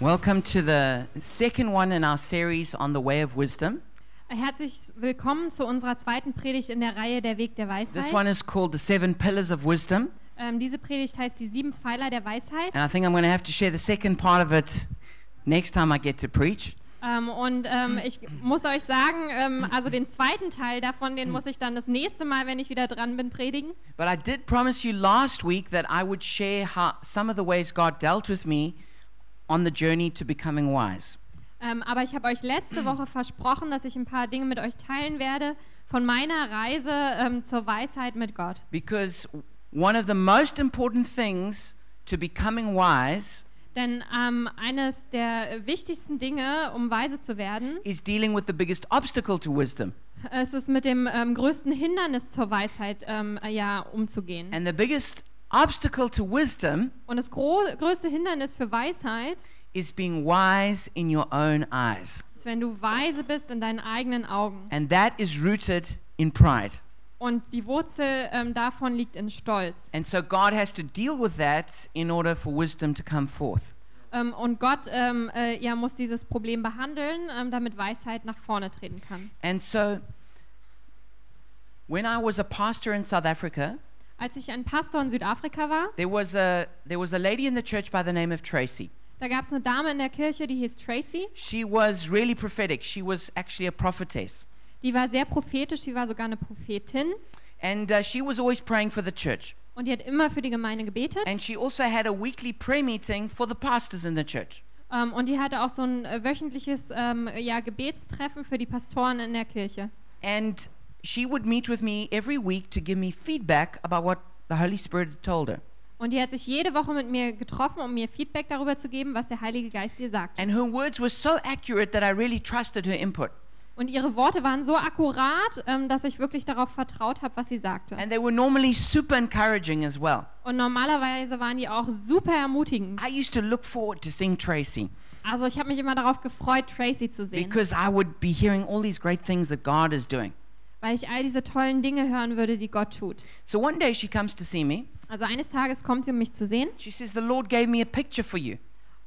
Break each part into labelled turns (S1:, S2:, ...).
S1: Welcome to the second one in our series on the way of wisdom.
S2: Herzlich willkommen zu unserer zweiten Predigt in der Reihe Der Weg der
S1: This one
S2: Weisheit.
S1: is called The Seven Pillars of Wisdom,
S2: Ähm, diese Predigt heißt die sieben Pfeiler der Weisheit.
S1: and I think I'm going to have to share the second part of it next time I get to preach.
S2: Ähm, und ähm, ich muss euch sagen, ähm, also den zweiten Teil davon, den muss ich dann das nächste Mal, wenn ich wieder dran bin, predigen.
S1: But I did promise you last week that I would share how some of the ways God dealt with me on the journey to becoming wise.
S2: Ähm, aber ich habe euch letzte Woche versprochen, dass ich ein paar Dinge mit euch teilen werde von meiner Reise ähm, zur Weisheit mit Gott.
S1: Because one of the most important things to becoming wise
S2: Denn ähm, eines der wichtigsten Dinge, um weise zu werden,
S1: is dealing with the biggest obstacle to wisdom.
S2: ist es mit dem ähm, größten Hindernis zur Weisheit ähm, ja, umzugehen.
S1: And the biggest obstacle to wisdom
S2: Und das gro größte Hindernis für Weisheit
S1: is being wise in your own eyes.
S2: ist, wenn du weise bist in deinen eigenen Augen.
S1: And that is rooted in pride.
S2: Und die Wurzel ähm, davon liegt in Stolz.
S1: And so God has to deal with that in order for wisdom to come forth.
S2: Ähm, und Gott ähm, äh, ja, muss dieses Problem behandeln, ähm, damit Weisheit nach vorne treten kann.
S1: And so when I was a pastor in South Africa,
S2: Als ich ein Pastor in Südafrika war,
S1: there was a there was a lady in the church by the name of Tracy.
S2: da gab es eine Dame in der Kirche, die hieß Tracy.
S1: She was really prophetic. She was actually a prophetess.
S2: Die war sehr prophetisch, die war sogar eine Prophetin.
S1: And uh, she was always praying for the church.
S2: Und die hat immer für die Gemeinde gebetet.
S1: And she also had a weekly prayer meeting for the pastors in the church.
S2: Ähm, und die hatte auch so ein äh, wöchentliches ähm, ja, Gebetstreffen für die Pastoren in der Kirche.
S1: And she would meet with me every week to give me feedback about what the Holy Spirit had told her.
S2: Und die hat sich jede Woche mit mir getroffen, um mir Feedback darüber zu geben, was der Heilige Geist ihr sagt.
S1: And her words were so accurate that I really trusted her input.
S2: Und ihre Worte waren so akkurat, ähm, dass ich wirklich darauf vertraut habe, was sie sagte.
S1: And they were normally super encouraging as well.
S2: Und normalerweise waren die auch super ermutigend.
S1: I used to look forward to seeing Tracy
S2: Also ich habe mich immer darauf gefreut, Tracy zu sehen,
S1: because I would be hearing all these great things that God is doing.
S2: weil ich all diese tollen Dinge hören würde, die Gott tut.
S1: So one day she comes to see me.
S2: Also eines Tages kommt sie, um mich zu sehen.
S1: She says, The Lord gave me a picture for you.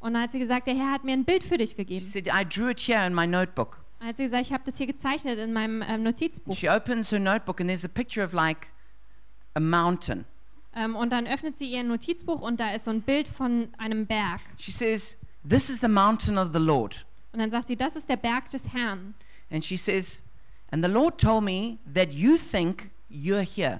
S2: Und dann hat sie gesagt, der Herr hat mir ein Bild für dich
S1: She
S2: gegeben.
S1: said, I drew it here in my notebook.
S2: Dann hat sie gesagt, ich habe das hier gezeichnet in meinem ähm, Notizbuch.
S1: She opens her notebook and there's a picture of like a mountain.
S2: Ähm, und dann öffnet sie ihr Notizbuch und da ist so ein Bild von einem Berg.
S1: She says, This is the mountain of the Lord.
S2: Und dann sagt sie, das ist der Berg des Herrn.
S1: And she says, And the Lord told me that you think you're here.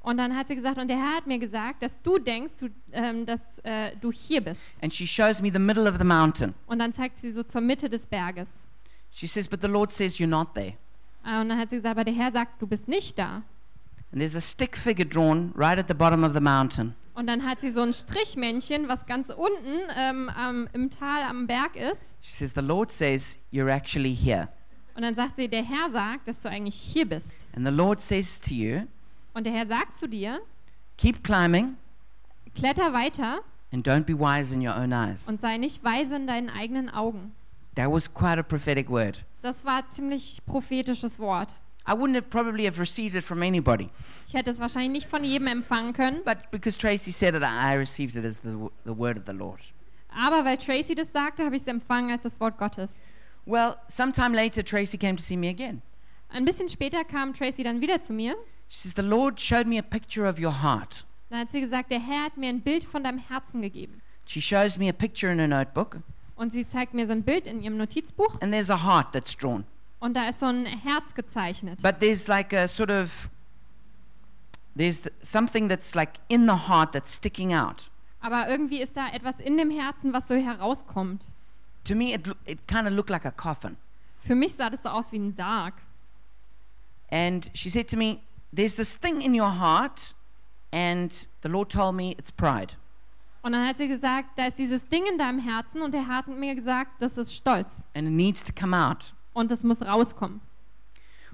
S2: Und dann hat sie gesagt, und der Herr hat mir gesagt, dass du denkst, du, ähm, dass äh, du hier bist.
S1: And she shows me the middle of the mountain.
S2: Und dann zeigt sie so zur Mitte des Berges.
S1: She says, But the Lord says you're not there.
S2: Äh, und dann hat sie gesagt, aber der Herr sagt, du bist nicht da.
S1: And there's a stick figure drawn right at the bottom of the mountain.
S2: Und dann hat sie so ein Strichmännchen, was ganz unten ähm, am, im Tal am Berg ist.
S1: She says, The Lord says you're actually here.
S2: Und dann sagt sie, der Herr sagt, dass du eigentlich hier bist.
S1: And the Lord says to you,
S2: Und der Herr sagt zu dir,
S1: Keep climbing
S2: kletter weiter
S1: and don't be wise in your own eyes.
S2: und sei nicht weise in deinen eigenen Augen.
S1: That was quite a prophetic word.
S2: Das war ziemlich prophetisches Wort.
S1: I wouldn't have probably have received it from anybody,
S2: Ich hätte es wahrscheinlich nicht von jedem empfangen können,
S1: but because Tracy said it, I received it as the, w- the word of the Lord.
S2: aber weil Tracy das sagte, habe ich es empfangen als das Wort Gottes.
S1: Well, sometime later, Tracy came to see me again.
S2: Ein bisschen später kam Tracy dann wieder zu mir.
S1: She says, The Lord showed me a picture of your heart.
S2: Dann hat sie gesagt, der Herr hat mir ein Bild von deinem Herzen gegeben.
S1: She shows me a picture in her notebook,
S2: Und sie zeigt mir so ein Bild in ihrem Notizbuch
S1: and there's a heart that's drawn.
S2: und da ist so ein Herz gezeichnet.
S1: But there's like a sort of, there's th- something that's like in the heart that's sticking out.
S2: Aber irgendwie ist da etwas in dem Herzen, was so herauskommt.
S1: To me, it, loo- it kind of looked like a coffin.
S2: Für mich sah das so aus wie ein Sarg.
S1: And she said to me, There's this thing in your heart, and the Lord told me it's pride.
S2: Und dann hat sie gesagt, da ist dieses Ding in deinem Herzen und der Herr hat mir gesagt, das ist Stolz
S1: and it needs to come out.
S2: und das muss rauskommen.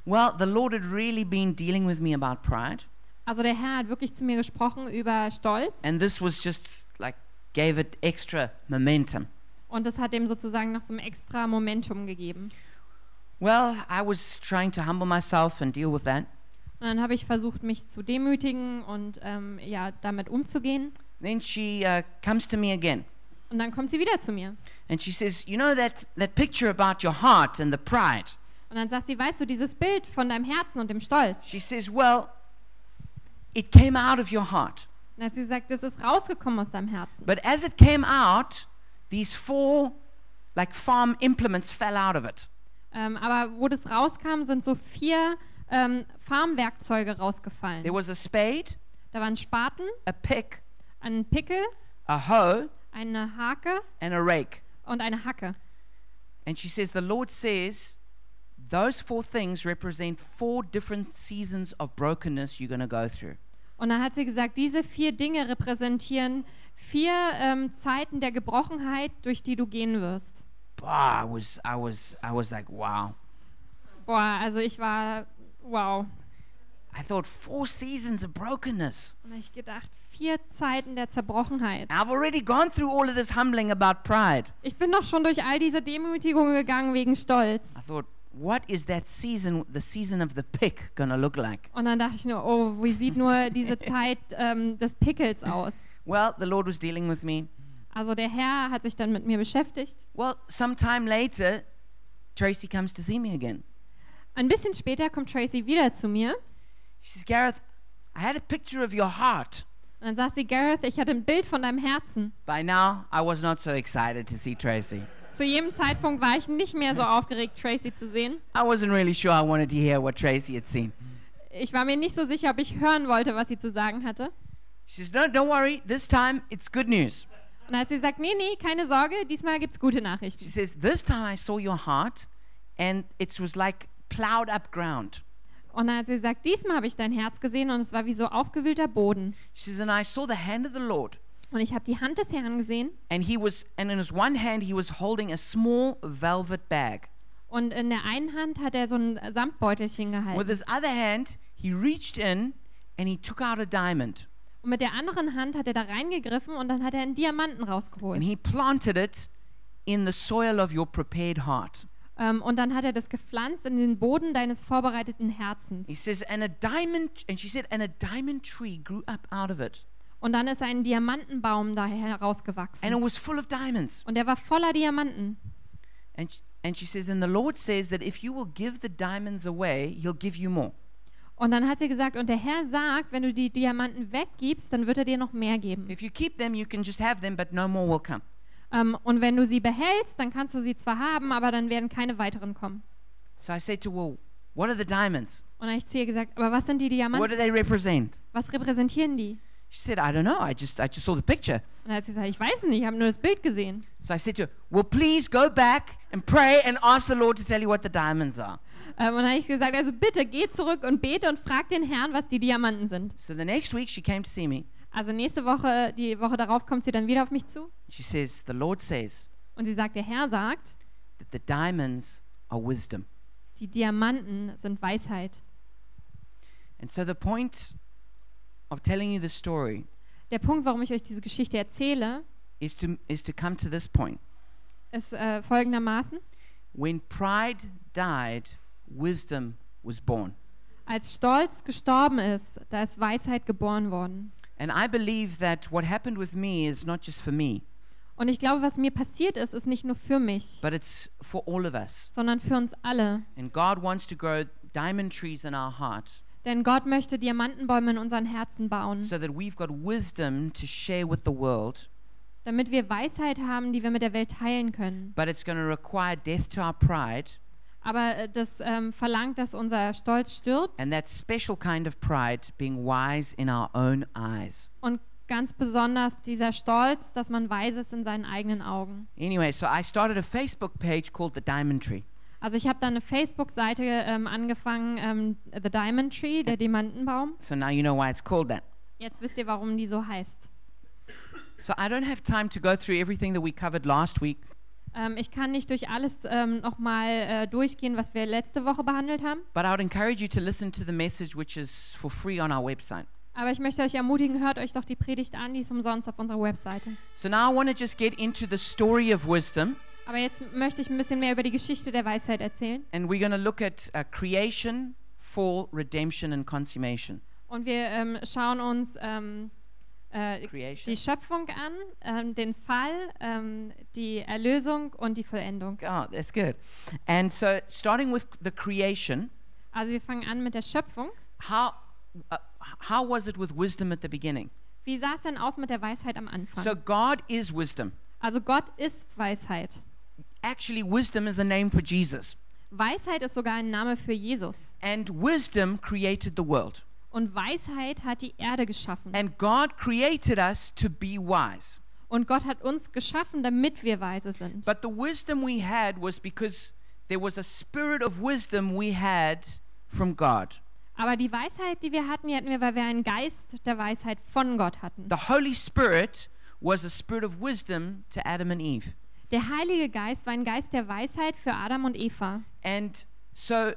S1: Well, the Lord had really been dealing with me about pride,
S2: Also der Herr hat wirklich zu mir gesprochen über Stolz
S1: and this was just like gave it extra momentum.
S2: und das hat dem sozusagen noch so ein extra Momentum gegeben.
S1: Well, I was trying to humble myself and deal with that.
S2: Und dann habe ich versucht, mich zu demütigen und ähm, ja, damit umzugehen.
S1: Then she uh, comes to me again.
S2: Und dann kommt sie wieder zu mir.
S1: And she says, You know that, that picture about your heart and the pride?
S2: Und dann sagt sie, weißt du, dieses Bild von deinem Herzen und dem Stolz.
S1: She says, Well, it came out of your heart.
S2: Und dann hat sie gesagt, das ist rausgekommen aus deinem Herzen.
S1: But as it came out, these four like farm implements fell out of it.
S2: Ähm, aber wo das rauskam, sind so vier ähm, Farmwerkzeuge rausgefallen.
S1: There was a spade,
S2: Da waren Spaten,
S1: a pick,
S2: ein Pickel,
S1: a hoe,
S2: eine Hake
S1: and a rake.
S2: und eine Hacke.
S1: And she says, The Lord says, those four things represent four different seasons of brokenness you're going to go through.
S2: Und dann hat sie gesagt, diese vier Dinge repräsentieren vier ähm, Zeiten der Gebrochenheit, durch die du gehen wirst.
S1: Bah, I was, I was, I was like, wow.
S2: Boah, also ich war, wow.
S1: I thought four seasons of brokenness.
S2: Und ich gedacht, vier Zeiten der Zerbrochenheit.
S1: I've already gone through all of this humbling about pride.
S2: Ich bin doch schon durch all diese Demütigungen gegangen wegen Stolz.
S1: I thought, what is that season, the season of the pick, going to look like?
S2: Und dann dachte ich nur, oh, wie sieht nur diese Zeit ähm, des Pickels aus?
S1: Well, the Lord was dealing with me.
S2: Also der Herr hat sich dann mit mir beschäftigt.
S1: Well, sometime later, Tracy comes to see me again.
S2: Ein bisschen später kommt Tracy wieder zu mir
S1: She says, Gareth, I had a picture of your heart.
S2: und dann sagt sie, Gareth, ich hatte ein Bild von deinem Herzen.
S1: By now, I was not so excited to see Tracy.
S2: Zu jedem Zeitpunkt war ich nicht mehr so aufgeregt, Tracy zu sehen.
S1: I wasn't really sure I wanted to hear what Tracy had seen.
S2: Ich war mir nicht so sicher, ob ich hören wollte, was sie zu sagen hatte.
S1: She says, No, don't worry. This time it's good news.
S2: Und als sie sagt, nee, nee, keine Sorge, diesmal gibt's gute Nachrichten.
S1: She says, This time I saw your heart, and it was like plowed up ground.
S2: Und dann hat sie gesagt, diesmal habe ich dein Herz gesehen und es war wie so aufgewühlter Boden.
S1: She says, And I saw the hand of the Lord.
S2: Und ich habe die Hand des Herrn gesehen
S1: And he was, and in his one hand, he was holding a small velvet bag.
S2: und in der einen Hand hat er so ein Samtbeutelchen
S1: With
S2: gehalten.
S1: his other hand, he reached in and he took out a diamond.
S2: Und mit der anderen Hand hat er da reingegriffen und dann hat er einen Diamanten
S1: And
S2: rausgeholt.
S1: he planted it in the soil of your prepared heart.
S2: Ähm, und dann hat er das gepflanzt in den Boden deines vorbereiteten
S1: He
S2: Herzens.
S1: says, and a diamond, and she said, and a diamond tree grew up out of it.
S2: Und dann ist ein Diamantenbaum daher
S1: And it
S2: herausgewachsen.
S1: was full of diamonds.
S2: Und er war voller Diamanten.
S1: And, sh- and she says, and the Lord says that if you will give the diamonds away, he'll give you more.
S2: Und dann hat sie gesagt, und der Herr sagt, wenn du die Diamanten weggibst, dann wird er dir noch mehr geben.
S1: If you keep them, you can just have them, but no more will come.
S2: Ähm, und wenn du sie behältst, dann kannst du sie zwar haben, aber dann werden keine weiteren kommen.
S1: So I said to her, what are the diamonds?
S2: Und dann habe ich zu ihr gesagt, aber was sind
S1: What
S2: die
S1: do
S2: Diamanten?
S1: they represent?
S2: Was repräsentieren die?
S1: She said, I don't know. I just, I just saw the picture.
S2: Und dann hat sie gesagt, ich weiß es nicht, ich habe nur das Bild gesehen.
S1: So I said to her, well, please go back and pray and ask the Lord to tell you what the diamonds are.
S2: Ähm, und dann habe ich gesagt, also bitte geh zurück und bete und frag den Herrn, was die Diamanten sind.
S1: So the next week she came to see me.
S2: Also nächste Woche, die Woche darauf kommt sie dann wieder auf mich zu
S1: She says, the Lord says
S2: und sie sagt, der Herr sagt,
S1: that the diamonds are wisdom.
S2: die Diamanten sind Weisheit.
S1: And so the point of telling you the story
S2: Der Punkt, warum ich euch diese Geschichte erzähle,
S1: is to is to come to this point.
S2: ist äh, folgendermaßen.
S1: When pride died, wisdom was born.
S2: Als Stolz gestorben ist, da ist Weisheit geboren worden.
S1: And I believe that what happened with me is not just for me,
S2: Und ich glaube, was mir passiert ist, ist nicht nur für mich,
S1: but it's for all of us.
S2: sondern für uns alle.
S1: And God wants to grow diamond trees in our heart
S2: Denn Gott möchte Diamantenbäume in unseren Herzen bauen,
S1: so that we've got wisdom to share with the world,
S2: damit wir Weisheit haben, die wir mit der Welt teilen können.
S1: but it's going to require death to our pride,
S2: Aber äh, das ähm, verlangt, dass unser Stolz stirbt
S1: and that special kind of pride being wise in our own eyes.
S2: und ganz besonders dieser Stolz, dass man weiß ist in seinen eigenen Augen.
S1: Anyway, so I started a Facebook page called The Diamond Tree.
S2: Also ich habe da eine Facebook-Seite ähm, angefangen, ähm, The Diamond Tree, der Diamantenbaum.
S1: So now you know why it's called that.
S2: Jetzt wisst ihr, warum die so heißt.
S1: So I don't have time to go through everything that we covered last week,
S2: Ähm, ich kann nicht durch alles ähm, nochmal äh, durchgehen, was wir letzte Woche behandelt haben,
S1: but I would encourage you to listen to the message, which is for free on our website.
S2: aber ich möchte euch ermutigen, hört euch doch die Predigt an, die ist umsonst auf unserer Webseite.
S1: So now I want to just get into the story of wisdom,
S2: Aber jetzt möchte ich ein bisschen mehr über die Geschichte der Weisheit erzählen
S1: and we're going to look at uh, creation, fall, redemption, and consummation.
S2: und wir ähm, schauen uns ähm, äh,
S1: creation.
S2: die Schöpfung an, ähm, den Fall, ähm, die Erlösung und die Vollendung.
S1: Oh, that's good. And so, starting with the creation,
S2: Also wir fangen an mit der Schöpfung.
S1: how uh, how was it with wisdom at the beginning?
S2: Wie sah es denn aus mit der Weisheit am Anfang?
S1: So God is wisdom.
S2: also Gott ist Weisheit.
S1: Actually, wisdom is a name for Jesus,
S2: Weisheit ist sogar ein Name für Jesus.
S1: and wisdom created the world.
S2: Und Weisheit hat die Erde geschaffen.
S1: And God created us to be wise.
S2: Und Gott hat uns geschaffen, damit wir weise sind.
S1: But the wisdom we had was because there was a spirit of wisdom we had from God.
S2: Aber die Weisheit, die wir hatten, die hatten wir, weil wir einen Geist der Weisheit von Gott hatten.
S1: The Holy Spirit was a spirit of wisdom to Adam and Eve.
S2: Der Heilige Geist war ein Geist der Weisheit für Adam und Eva.
S1: And so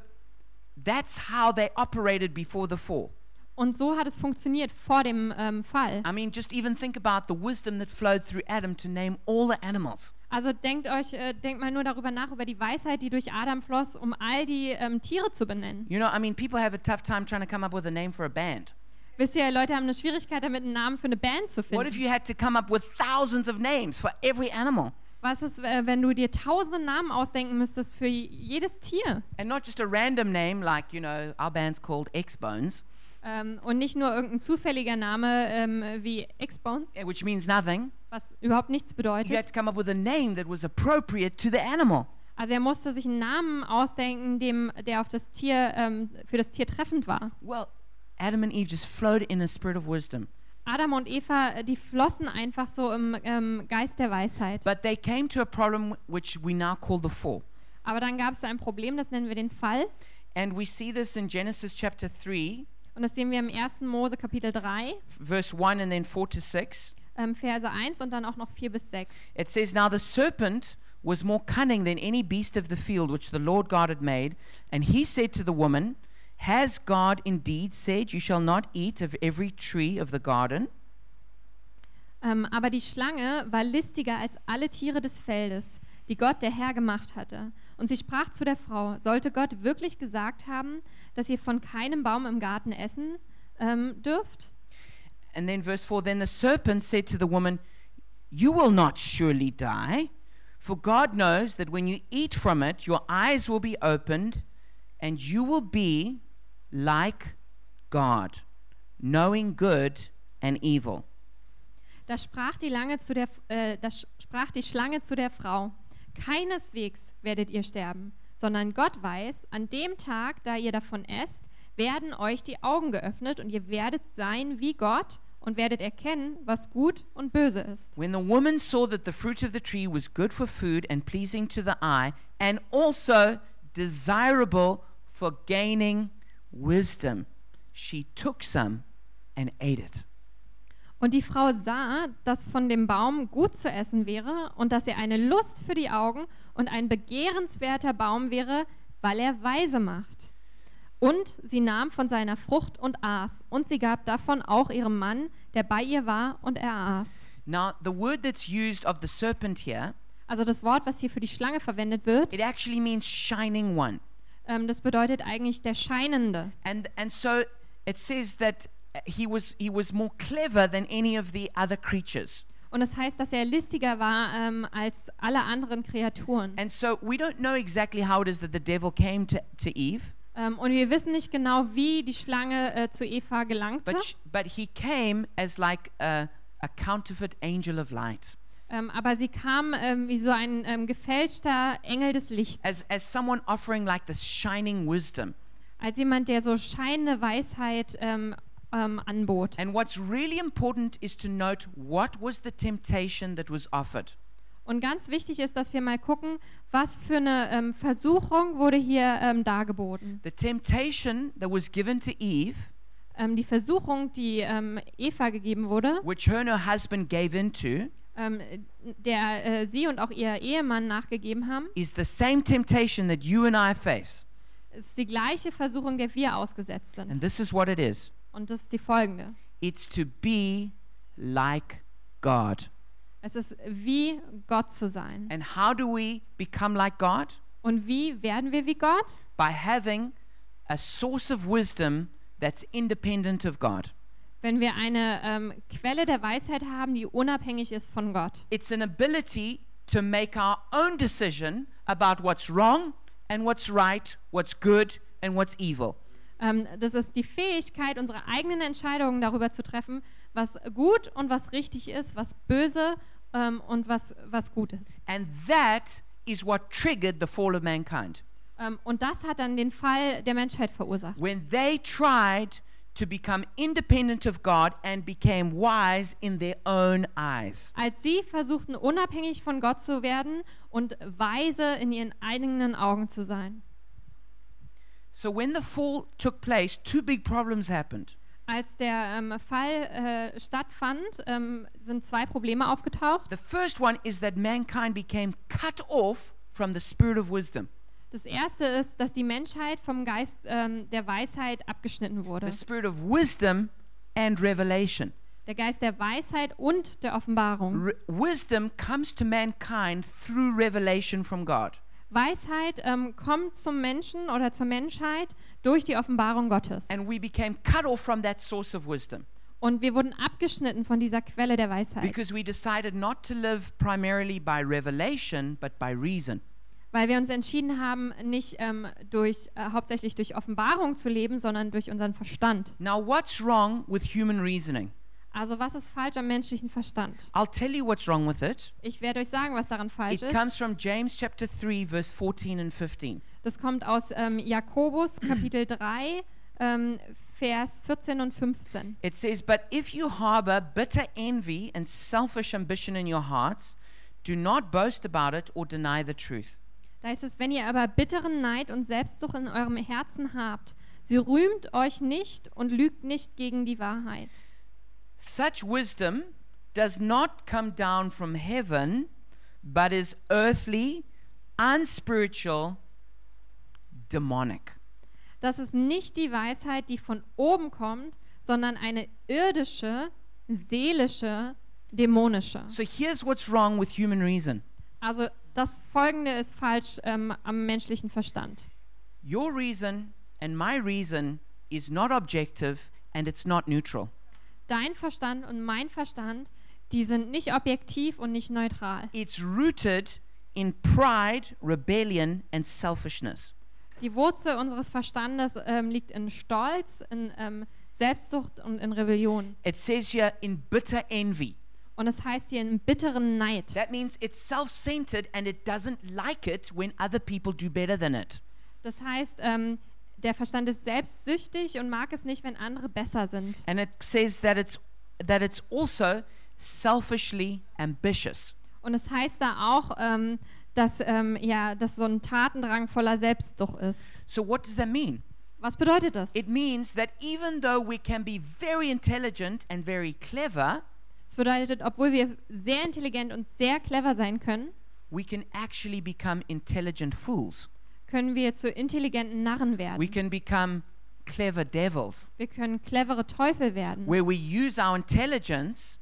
S1: that's how they operated before the fall.
S2: Und so hat es funktioniert vor dem ähm, Fall.
S1: I mean, just even think about the wisdom that flowed through Adam to name all the animals.
S2: Also denkt euch, äh, denkt mal nur darüber nach, über die Weisheit, die durch Adam floss, um all die ähm, Tiere zu benennen.
S1: You know, I mean, people have a tough time trying to come up with a name for a band.
S2: Wisst ihr, Leute haben eine Schwierigkeit damit, einen Namen für eine Band zu
S1: What if
S2: finden.
S1: you had to come up with thousands of names for every animal?
S2: Was ist, äh, wenn du dir tausende Namen ausdenken müsstest für j- jedes Tier?
S1: And not just a random name like, you know, our band's called X Bones,
S2: Ähm, und nicht nur irgendein zufälliger Name ähm, wie X-Bones,
S1: eh, which means nothing.
S2: was überhaupt nichts
S1: You had
S2: bedeutet.
S1: to come up with a name that was appropriate to the animal.
S2: Also er musste sich einen Namen ausdenken, dem, der auf das Tier, ähm, für das Tier treffend war.
S1: Well, Adam and Eve just flowed in a spirit of wisdom.
S2: Adam und Eva, äh, die flossen einfach so im ähm, Geist der Weisheit.
S1: But they came to a problem which we now call the fall.
S2: Aber dann gab es ein Problem, das nennen wir den Fall.
S1: And we see this in Genesis chapter 3,
S2: Und das sehen wir im 1. Mose Kapitel 3,
S1: verse 1 and then 4 to 6.
S2: ähm, Verse 1 und dann auch noch 4 bis 6.
S1: It says, Now the serpent was more cunning than any beast of the field which the Lord God had made. And he said to the woman, Has God indeed said, You shall not eat of every tree of the garden?
S2: Ähm, aber die Schlange war listiger als alle Tiere des Feldes, die Gott der Herr gemacht hatte. Und sie sprach zu der Frau, sollte Gott wirklich gesagt haben, dass ihr von keinem Baum im Garten essen ähm, dürft?
S1: And then verse 4 Then the serpent said to the woman, You will not surely die, for God knows that when you eat from it, your eyes will be opened, and you will be like God, knowing good and evil.
S2: Da sprach die, Lange zu der, äh, da sch- sprach die Schlange zu der Frau, keineswegs werdet ihr sterben, sondern Gott weiß, an dem Tag, da ihr davon esst, werden euch die Augen geöffnet und ihr werdet sein wie Gott und werdet erkennen, was gut und böse ist.
S1: When the woman saw that the fruit of the tree was good for food and pleasing to the eye, and also desirable for gaining wisdom, she took some and ate it.
S2: Und die Frau sah, dass von dem Baum gut zu essen wäre und dass er eine Lust für die Augen und ein begehrenswerter Baum wäre, weil er weise macht. Und sie nahm von seiner Frucht und aß. Und sie gab davon auch ihrem Mann, der bei ihr war, und er aß.
S1: Now, the word that's used of the serpent here,
S2: Also das Wort, was hier für die Schlange verwendet wird,
S1: it actually means shining one.
S2: ähm, das bedeutet eigentlich der Scheinende.
S1: And, and so it says that uh, he was, he was more clever than any of the other creatures.
S2: Und das heißt, dass er listiger war ähm, als alle anderen Kreaturen.
S1: And so we don't know exactly how it is that the devil came to, to Eve,
S2: Ähm, und wir wissen nicht genau, wie die Schlange äh, zu Eva gelangte.
S1: but, sh- but he came as like a, a counterfeit angel of light,
S2: Ähm, aber sie kam ähm, wie so ein ähm, gefälschter Engel des Lichts,
S1: as, as someone offering like this shining wisdom.
S2: als jemand, der so scheinende Weisheit ähm, ähm, anbot.
S1: And what's really important is to note what was the temptation that was offered.
S2: Und ganz wichtig ist, dass wir mal gucken, was für eine ähm, Versuchung wurde hier ähm, dargeboten.
S1: The temptation that was given to Eve
S2: Ähm, die Versuchung, die ähm, Eva gegeben wurde,
S1: which her and her husband gave into,
S2: ähm, der äh, sie und auch ihr Ehemann nachgegeben haben,
S1: is the same temptation that you and I face.
S2: ist die gleiche Versuchung, der wir ausgesetzt
S1: And
S2: sind.
S1: this is what it is
S2: Und das ist die folgende.
S1: it's to be like God.
S2: Es ist wie Gott zu sein.
S1: And how do we become like God?
S2: Und wie werden wir wie Gott?
S1: By having a source of wisdom that's independent of God.
S2: wenn wir eine ähm, Quelle der Weisheit haben, die unabhängig ist von Gott.
S1: It's an ability to make our own decision about what's wrong and what's right, what's good and what's evil.
S2: Ähm, das ist die Fähigkeit, unsere eigenen Entscheidungen darüber zu treffen, was gut und was richtig ist, was böse ähm, und was, was gut ist.
S1: And that is what triggered the fall of mankind.
S2: Ähm, und das hat dann den Fall der Menschheit verursacht.
S1: When they tried to become independent of God and became wise in their own eyes.
S2: Als sie versuchten, unabhängig von Gott zu werden und weise in ihren eigenen Augen zu sein.
S1: So when the fall took place, two big problems happened.
S2: Als der ähm, Fall äh, stattfand, ähm, sind zwei Probleme aufgetaucht.
S1: The first one is that mankind became cut off from the spirit of wisdom.
S2: Das erste ist, dass die Menschheit vom Geist ähm, der Weisheit abgeschnitten wurde.
S1: the spirit of wisdom and revelation.
S2: Der Geist der Weisheit und der Offenbarung.
S1: Re- wisdom comes to mankind through revelation from God.
S2: Weisheit ähm, kommt zum Menschen oder zur Menschheit durch die Offenbarung Gottes.
S1: And we became cut off from that source of wisdom
S2: Und wir wurden abgeschnitten von dieser Quelle der Weisheit,
S1: because we decided not to live primarily by revelation but by reason.
S2: weil wir uns entschieden haben, nicht ähm, durch, äh, hauptsächlich durch Offenbarung zu leben, sondern durch unseren Verstand.
S1: Now, what's wrong with human reasoning?
S2: Also was ist falsch am menschlichen Verstand?
S1: I'll tell you what's wrong with it.
S2: Ich werde euch sagen, was daran falsch
S1: It
S2: ist.
S1: comes from James chapter 3, verse 14 and 15.
S2: Das kommt aus ähm, Jakobus Kapitel 3, ähm, Vers 14 und 15.
S1: It says, But if you harbor bitter envy and selfish ambition in your hearts, do not boast about it or deny the truth.
S2: Da heißt es, wenn ihr aber bitteren Neid und Selbstsucht in eurem Herzen habt, sie rühmt euch nicht und lügt nicht gegen die Wahrheit.
S1: Such wisdom does not come down from heaven, but is earthly, unspiritual, demonic.
S2: Das ist nicht die Weisheit, die von oben kommt, sondern eine irdische, seelische, dämonische.
S1: So here's what's wrong with human reason
S2: Also das Folgende ist falsch ähm, am menschlichen Verstand.
S1: your reason and my reason is not objective and it's not neutral.
S2: Dein Verstand und mein Verstand, die sind nicht objektiv und nicht neutral.
S1: It's rooted in pride, rebellion, and selfishness.
S2: Die Wurzel unseres Verstandes ähm, liegt in Stolz, in ähm, Selbstsucht und in Rebellion.
S1: It says here in bitter envy.
S2: Und es heißt hier in bitteren Neid.
S1: That means it's self centered and it doesn't like it when other people do better than it.
S2: Das heißt, ähm, der Verstand ist selbstsüchtig und mag es nicht, wenn andere besser sind.
S1: And it says that it's that it's also selfishly ambitious.
S2: Und es heißt da auch, ähm, dass ähm, ja, dass so ein Tatendrang voller Selbstsucht ist.
S1: So what does that mean?
S2: Was bedeutet das?
S1: It means that even though we can be very intelligent and very clever,
S2: Es bedeutet, obwohl wir sehr intelligent und sehr clever sein können,
S1: we can actually become intelligent fools.
S2: können wir zu intelligenten Narren
S1: We
S2: werden.
S1: can become clever devils
S2: Wir können clevere Teufel werden,
S1: where we use our intelligence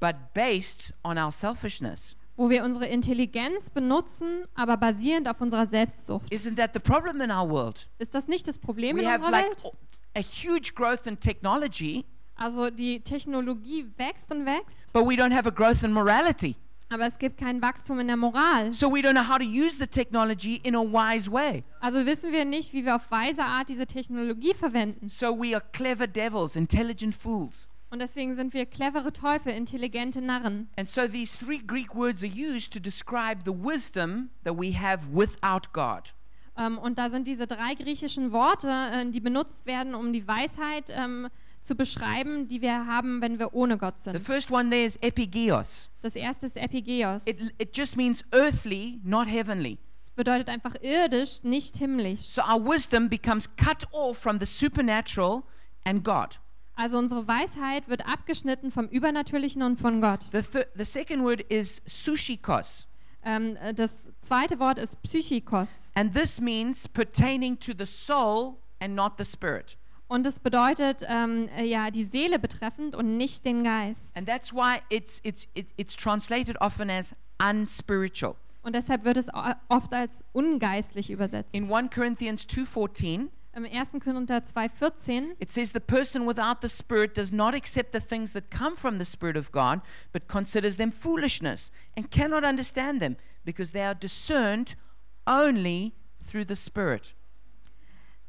S1: but based on our selfishness.
S2: wo wir unsere Intelligenz benutzen, aber basierend auf unserer Selbstsucht.
S1: Isn't that the problem in our world?
S2: Ist das nicht das Problem
S1: We
S2: in
S1: have
S2: unserer
S1: like
S2: Welt?
S1: o- a huge growth in technology,
S2: Also die Technologie wächst und wächst,
S1: but we don't have a growth in morality.
S2: aber es gibt kein Wachstum in der Moral.
S1: So we don't know how to use the technology in a wise way.
S2: Also wissen wir nicht, wie wir auf weise Art diese Technologie verwenden.
S1: So we are clever devils, intelligent fools.
S2: Und deswegen sind wir clevere Teufel, intelligente Narren.
S1: And so these three Greek words are used to describe the wisdom that we have without God.
S2: Ähm, und da sind diese drei griechischen Worte, äh, die benutzt werden, um die Weisheit ähm, zu beschreiben, die wir haben, wenn wir ohne Gott
S1: The
S2: sind.
S1: first one there is epigeos.
S2: Das erste ist Epigeos.
S1: It, it just means earthly, not heavenly.
S2: Das bedeutet einfach irdisch, nicht himmlisch.
S1: So our wisdom becomes cut off from the supernatural and God.
S2: Also unsere Weisheit wird abgeschnitten vom Übernatürlichen und von Gott.
S1: The, thir- the second word is sushikos.
S2: Ähm, äh, das zweite Wort ist Psychikos.
S1: And this means pertaining to the soul and not the spirit.
S2: Und es bedeutet ähm, äh, ja die Seele betreffend und nicht den Geist.
S1: And that's why it's, it's, it, it's translated often as unspiritual.
S2: Und deshalb wird es o- oft als ungeistlich übersetzt.
S1: In 1 Corinthians 2.14,
S2: im 1. Korinther 2,14,
S1: It says, The person without the Spirit does not accept the things that come from the Spirit of God, but considers them foolishness and cannot understand them because they are discerned only through the Spirit.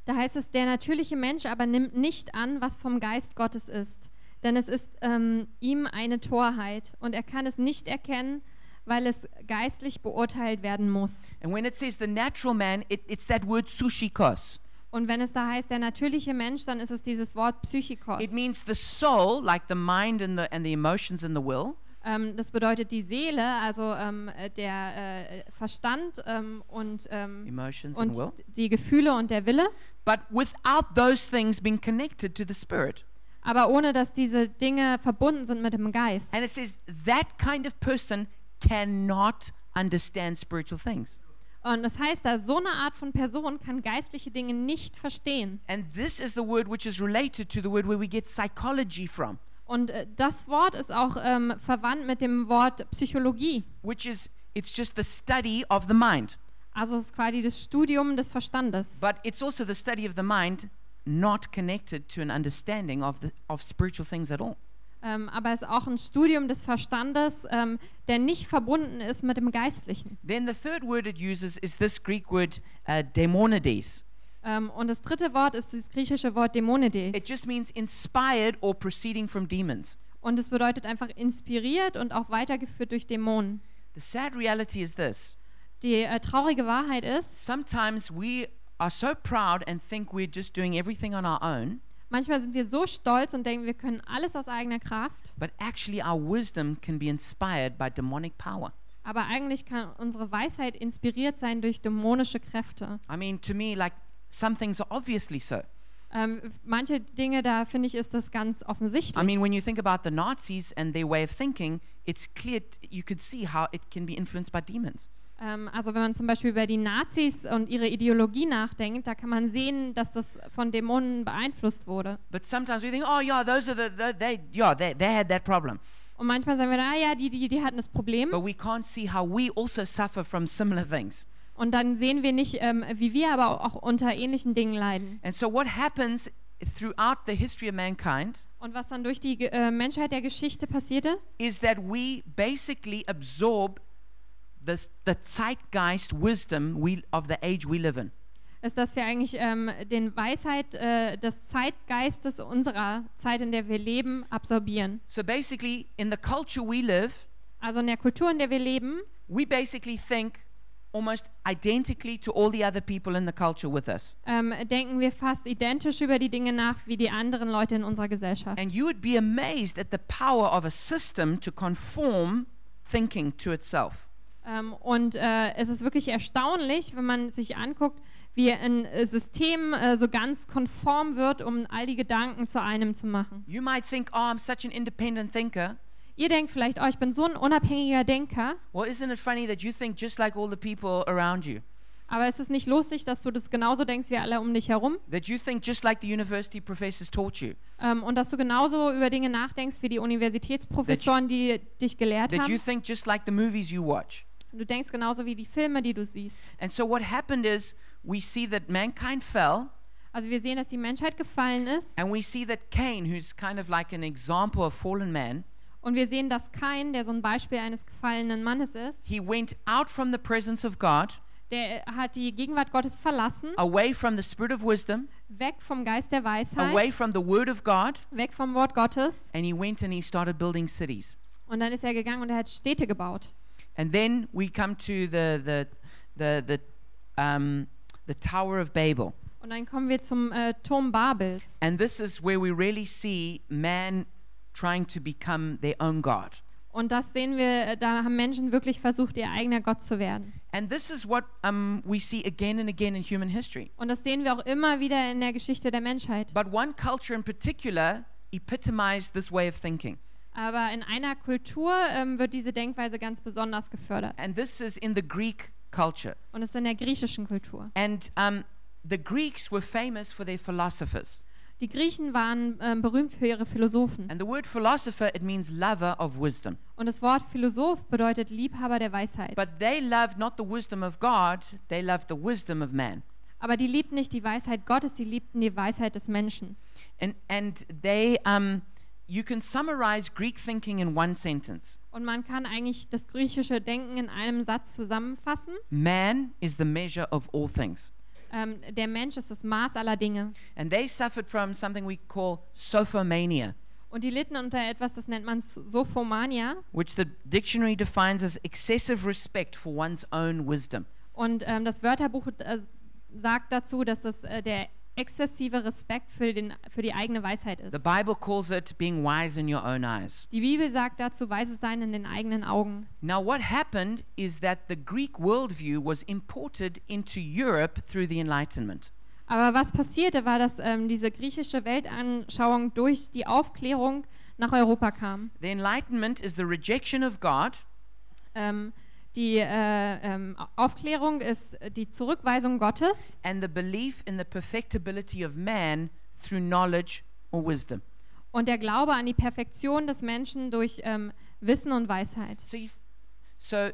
S2: da heißt es, der natürliche Mensch aber nimmt nicht an, was vom Geist Gottes ist, denn es ist ähm, ihm eine Torheit und er kann es nicht erkennen, weil es geistlich beurteilt werden muss.
S1: And when it says the natural man, it, it's that word sushikos.
S2: Und wenn es da heißt, der natürliche Mensch, dann ist es dieses Wort Psychikos.
S1: It means the soul, like the mind and the, and the emotions and the will,
S2: Ähm, das bedeutet die Seele, also ähm, äh, der äh, Verstand ähm, und, ähm,
S1: emotions and
S2: und
S1: will,
S2: die Gefühle und der Wille,
S1: but without those things being connected to the Spirit.
S2: aber ohne dass diese Dinge verbunden sind mit dem Geist.
S1: And it says that kind of person cannot understand spiritual things.
S2: Und das heißt, da so eine Art von Person kann geistliche Dinge nicht verstehen.
S1: And this is the word which is related to the word where we get psychology from,
S2: Und äh, das Wort ist auch ähm, verwandt mit dem Wort Psychologie.
S1: which is it's just the study of the mind,
S2: Also es ist quasi das Studium des Verstandes.
S1: but it's also the study of the mind not connected to an understanding of the of spiritual things at all.
S2: Ähm, aber es ist auch ein Studium des Verstandes, ähm, der nicht verbunden ist mit dem Geistlichen.
S1: Then the third word it uses is this Greek word uh, daemonides.
S2: Ähm, und das dritte Wort ist das griechische Wort Dämonides.
S1: It just means inspired or proceeding from demons.
S2: Und es bedeutet einfach inspiriert und auch weitergeführt durch Dämonen.
S1: The sad reality is this:
S2: Die äh, traurige Wahrheit ist,
S1: sometimes we are so proud and think we're just doing everything on our own,
S2: manchmal sind wir so stolz und denken, wir können alles aus eigener Kraft,
S1: but actually our wisdom can be inspired by demonic power.
S2: aber eigentlich kann unsere Weisheit inspiriert sein durch dämonische Kräfte.
S1: I mean, to me, like some things are obviously so.
S2: Ähm, manche Dinge, da finde ich, ist das ganz
S1: I
S2: offensichtlich.
S1: mean, when you think about the Nazis and their way of thinking, it's clear t- you could see how it can be influenced by demons.
S2: Ähm, also wenn man zum Beispiel über die Nazis und ihre Ideologie nachdenkt, da kann man sehen, dass das von Dämonen beeinflusst wurde.
S1: But sometimes we think, oh yeah, those are the, the they yeah they, they had that problem.
S2: Und manchmal sagen wir, ah ja, die, die, die hatten das Problem.
S1: But we can't see how we also suffer from similar things.
S2: Und dann sehen wir nicht, ähm, wie wir aber auch unter ähnlichen Dingen leiden.
S1: And so what happens throughout the history of mankind
S2: Und was dann durch die äh, Menschheit der Geschichte passierte,
S1: is that we basically absorb the the zeitgeist wisdom we of the age we live in.
S2: ist, dass wir eigentlich ähm, den Weisheit äh, des Zeitgeistes unserer Zeit, in der wir leben, absorbieren.
S1: So basically, in the culture we live,
S2: Also in der Kultur, in der wir leben,
S1: we basically think almost identically to all the other people in the culture with us.
S2: ähm, denken wir fast identisch über die Dinge nach wie die anderen Leute in unserer Gesellschaft.
S1: And you would be amazed at the power of a system to conform thinking to itself.
S2: Ähm, und äh, es ist wirklich erstaunlich, wenn man sich anguckt, wie ein äh, System äh, so ganz konform wird, um all die Gedanken zu einem zu machen.
S1: You might think, oh, I'm such an independent thinker.
S2: Ihr denkt vielleicht, oh, ich bin so ein unabhängiger Denker,
S1: Well, isn't it funny that you think just like all the people around you?
S2: aber es ist nicht lustig, dass du das genauso denkst wie alle um dich herum
S1: That you think just like the university professors taught you?
S2: ähm, und dass du genauso über Dinge nachdenkst wie die Universitätsprofessoren, die dich gelehrt
S1: That you
S2: haben.
S1: think just like the movies you watch?
S2: Du denkst genauso wie die Filme, die du siehst.
S1: And so what happened is we see that mankind fell,
S2: Also wir sehen, dass die Menschheit gefallen ist
S1: and we see that Cain, who's kind of like an example of fallen man,
S2: und wir sehen, dass Kain, der so ein Beispiel eines gefallenen Mannes ist,
S1: He went out from the presence of God,
S2: der äh, hat die Gegenwart Gottes verlassen,
S1: away from the spirit of wisdom,
S2: weg vom Geist der
S1: away
S2: Weisheit,
S1: from the word of God,
S2: weg vom Wort Gottes
S1: and he went and he started building cities.
S2: und dann ist er gegangen und er hat Städte gebaut.
S1: And then we come to the the the the um, the Tower of Babel,
S2: Und dann kommen wir zum äh, Turm Babels.
S1: and this is where we really see man trying to become their own god.
S2: Und das sehen wir, äh, da haben Menschen wirklich versucht, ihr eigener Gott zu werden.
S1: And this is what um, we see again and again in human history.
S2: Und das sehen wir auch immer wieder in der Geschichte der Menschheit.
S1: But one culture in particular epitomized this way of thinking.
S2: Aber in einer Kultur ähm, wird diese Denkweise ganz besonders gefördert.
S1: And this is in the Greek culture.
S2: Und das ist in der griechischen Kultur.
S1: And um, the Greeks were famous for their philosophers.
S2: Die Griechen waren ähm, berühmt für ihre Philosophen.
S1: And the word philosopher, it means lover of wisdom.
S2: Und das Wort Philosoph bedeutet Liebhaber der Weisheit.
S1: But they loved not the wisdom of God, they loved the wisdom of man.
S2: Aber die liebten nicht die Weisheit Gottes, die liebten die Weisheit des Menschen.
S1: And, and they, um, you can summarize Greek thinking in one sentence
S2: Und man kann eigentlich das griechische Denken in einem Satz zusammenfassen.
S1: Man is the measure of all things.
S2: Ähm, der Mensch ist das Maß aller Dinge.
S1: And they suffered from something we call sophomania,
S2: Und die litten unter etwas, das nennt man Sophomania.
S1: which the dictionary defines as excessive respect for one's own wisdom.
S2: Und ähm, das Wörterbuch äh, sagt dazu, dass das äh, der exzessive Respekt für, den, für die eigene Weisheit ist.
S1: The Bible calls it being wise in your own eyes.
S2: Die Bibel sagt dazu, weise sein in den eigenen Augen.
S1: Now, what happened is that the Greek worldview was imported into Europe through the Enlightenment.
S2: Aber was passierte, war, dass ähm, diese griechische Weltanschauung durch die Aufklärung nach Europa kam.
S1: The Enlightenment is the rejection of God
S2: Ähm, die äh, ähm, Aufklärung ist die Zurückweisung Gottes
S1: and the belief in the perfectibility of man through knowledge or wisdom.
S2: und der Glaube an die Perfektion des Menschen durch ähm, Wissen und Weisheit.
S1: So, you, so,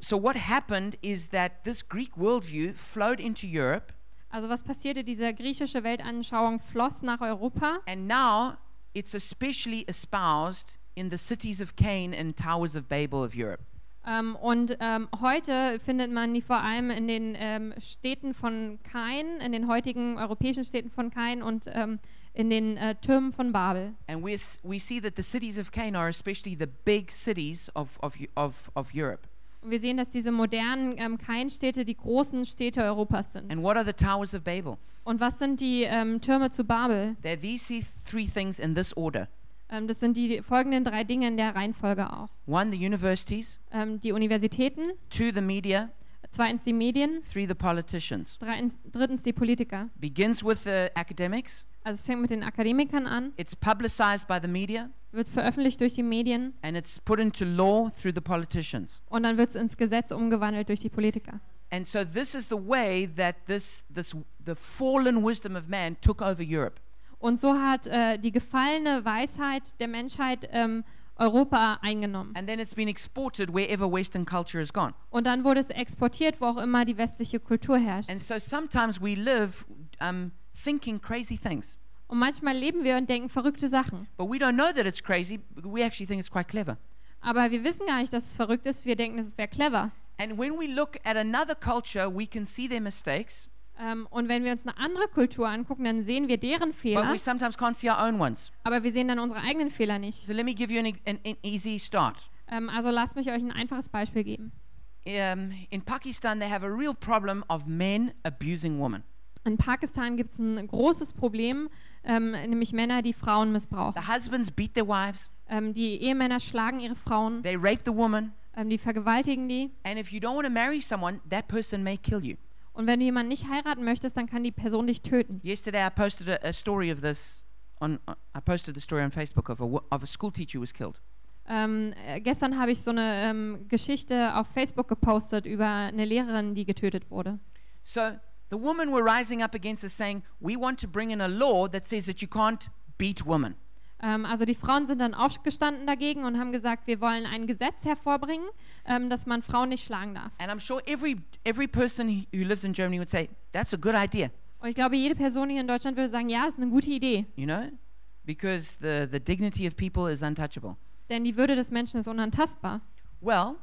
S1: so what happened is that this Greek worldview flowed into Europe,
S2: Also was passierte? Diese griechische Weltanschauung floss nach Europa
S1: and now it's especially espoused in the cities of Cain and towers of Babel of Europe.
S2: ähm, und ähm, heute findet man die vor allem in den ähm, Städten von Kain, in den heutigen europäischen Städten von Kain und ähm, in den äh, Türmen von Babel.
S1: And we, s- we see that the cities of Cain are especially the big cities of, of, Eu- of, of Europe.
S2: Und wir sehen, dass diese modernen ähm, Kain-Städte die großen Städte Europas sind.
S1: And what are the towers of Babel?
S2: Und was sind die ähm, Türme zu Babel?
S1: They're these th- three things in this order
S2: Ähm, das sind die folgenden drei Dinge in der Reihenfolge auch.
S1: one, the universities,
S2: Ähm, die Universitäten,
S1: two, the media,
S2: zweitens die Medien,
S1: three, the politicians.
S2: dreitens, drittens die Politiker.
S1: Begins with the academics,
S2: Also es fängt mit den Akademikern an,
S1: it's publicized by the media,
S2: wird veröffentlicht durch die Medien
S1: and it's put into law through the politicians.
S2: und dann wird es ins Gesetz umgewandelt durch die Politiker.
S1: And so this is the way that this, this the fallen wisdom of man took over Europe.
S2: Und so hat äh, die gefallene Weisheit der Menschheit ähm, Europa eingenommen.
S1: And then it's been exported wherever Western culture has gone.
S2: Und dann wurde es exportiert, wo auch immer die westliche Kultur herrscht.
S1: And so sometimes we live um, thinking crazy things.
S2: Und manchmal leben wir und denken verrückte Sachen.
S1: But we don't know that it's crazy. We actually think it's quite clever.
S2: Aber wir wissen gar nicht, dass es verrückt ist. Wir denken, es wäre clever.
S1: And when we look at another culture, we can see their mistakes,
S2: Ähm, und wenn wir uns eine andere Kultur angucken, dann sehen wir deren
S1: but
S2: Fehler,
S1: we sometimes can't see our own ones.
S2: aber wir sehen dann unsere eigenen Fehler nicht.
S1: So let me give you an, e- an, an easy start.
S2: Ähm, also lasst mich euch ein einfaches Beispiel geben.
S1: Um, in Pakistan, they have a real problem of men abusing women.
S2: In Pakistan gibt es ein großes Problem, ähm, nämlich Männer, die Frauen missbrauchen.
S1: The husbands beat their wives,
S2: Ähm, die Ehemänner schlagen ihre Frauen,
S1: they rape the woman,
S2: ähm, die vergewaltigen die.
S1: and if you don't want to marry someone, that person may kill you.
S2: Und wenn du jemanden nicht heiraten möchtest, dann kann die Person dich töten.
S1: Yesterday, I posted a, a story of this. On, on- I posted the story on Facebook of a, wo- of a school teacher who was killed.
S2: Ähm, äh, gestern habe ich so eine ähm, Geschichte auf Facebook gepostet über eine Lehrerin, die getötet wurde.
S1: So the women were rising up against us, saying, "We want to bring in a law that says that you can't beat women."
S2: Ähm, also die Frauen sind dann aufgestanden dagegen und haben gesagt, wir wollen ein Gesetz hervorbringen, ähm, dass man Frauen nicht schlagen darf.
S1: And I'm sure every every person who lives in Germany would say that's a good idea,
S2: Und ich glaube, jede Person hier in Deutschland würde sagen, ja, das ist eine gute Idee,
S1: you know, because the the dignity of people is untouchable.
S2: denn die Würde des Menschen ist unantastbar.
S1: Well,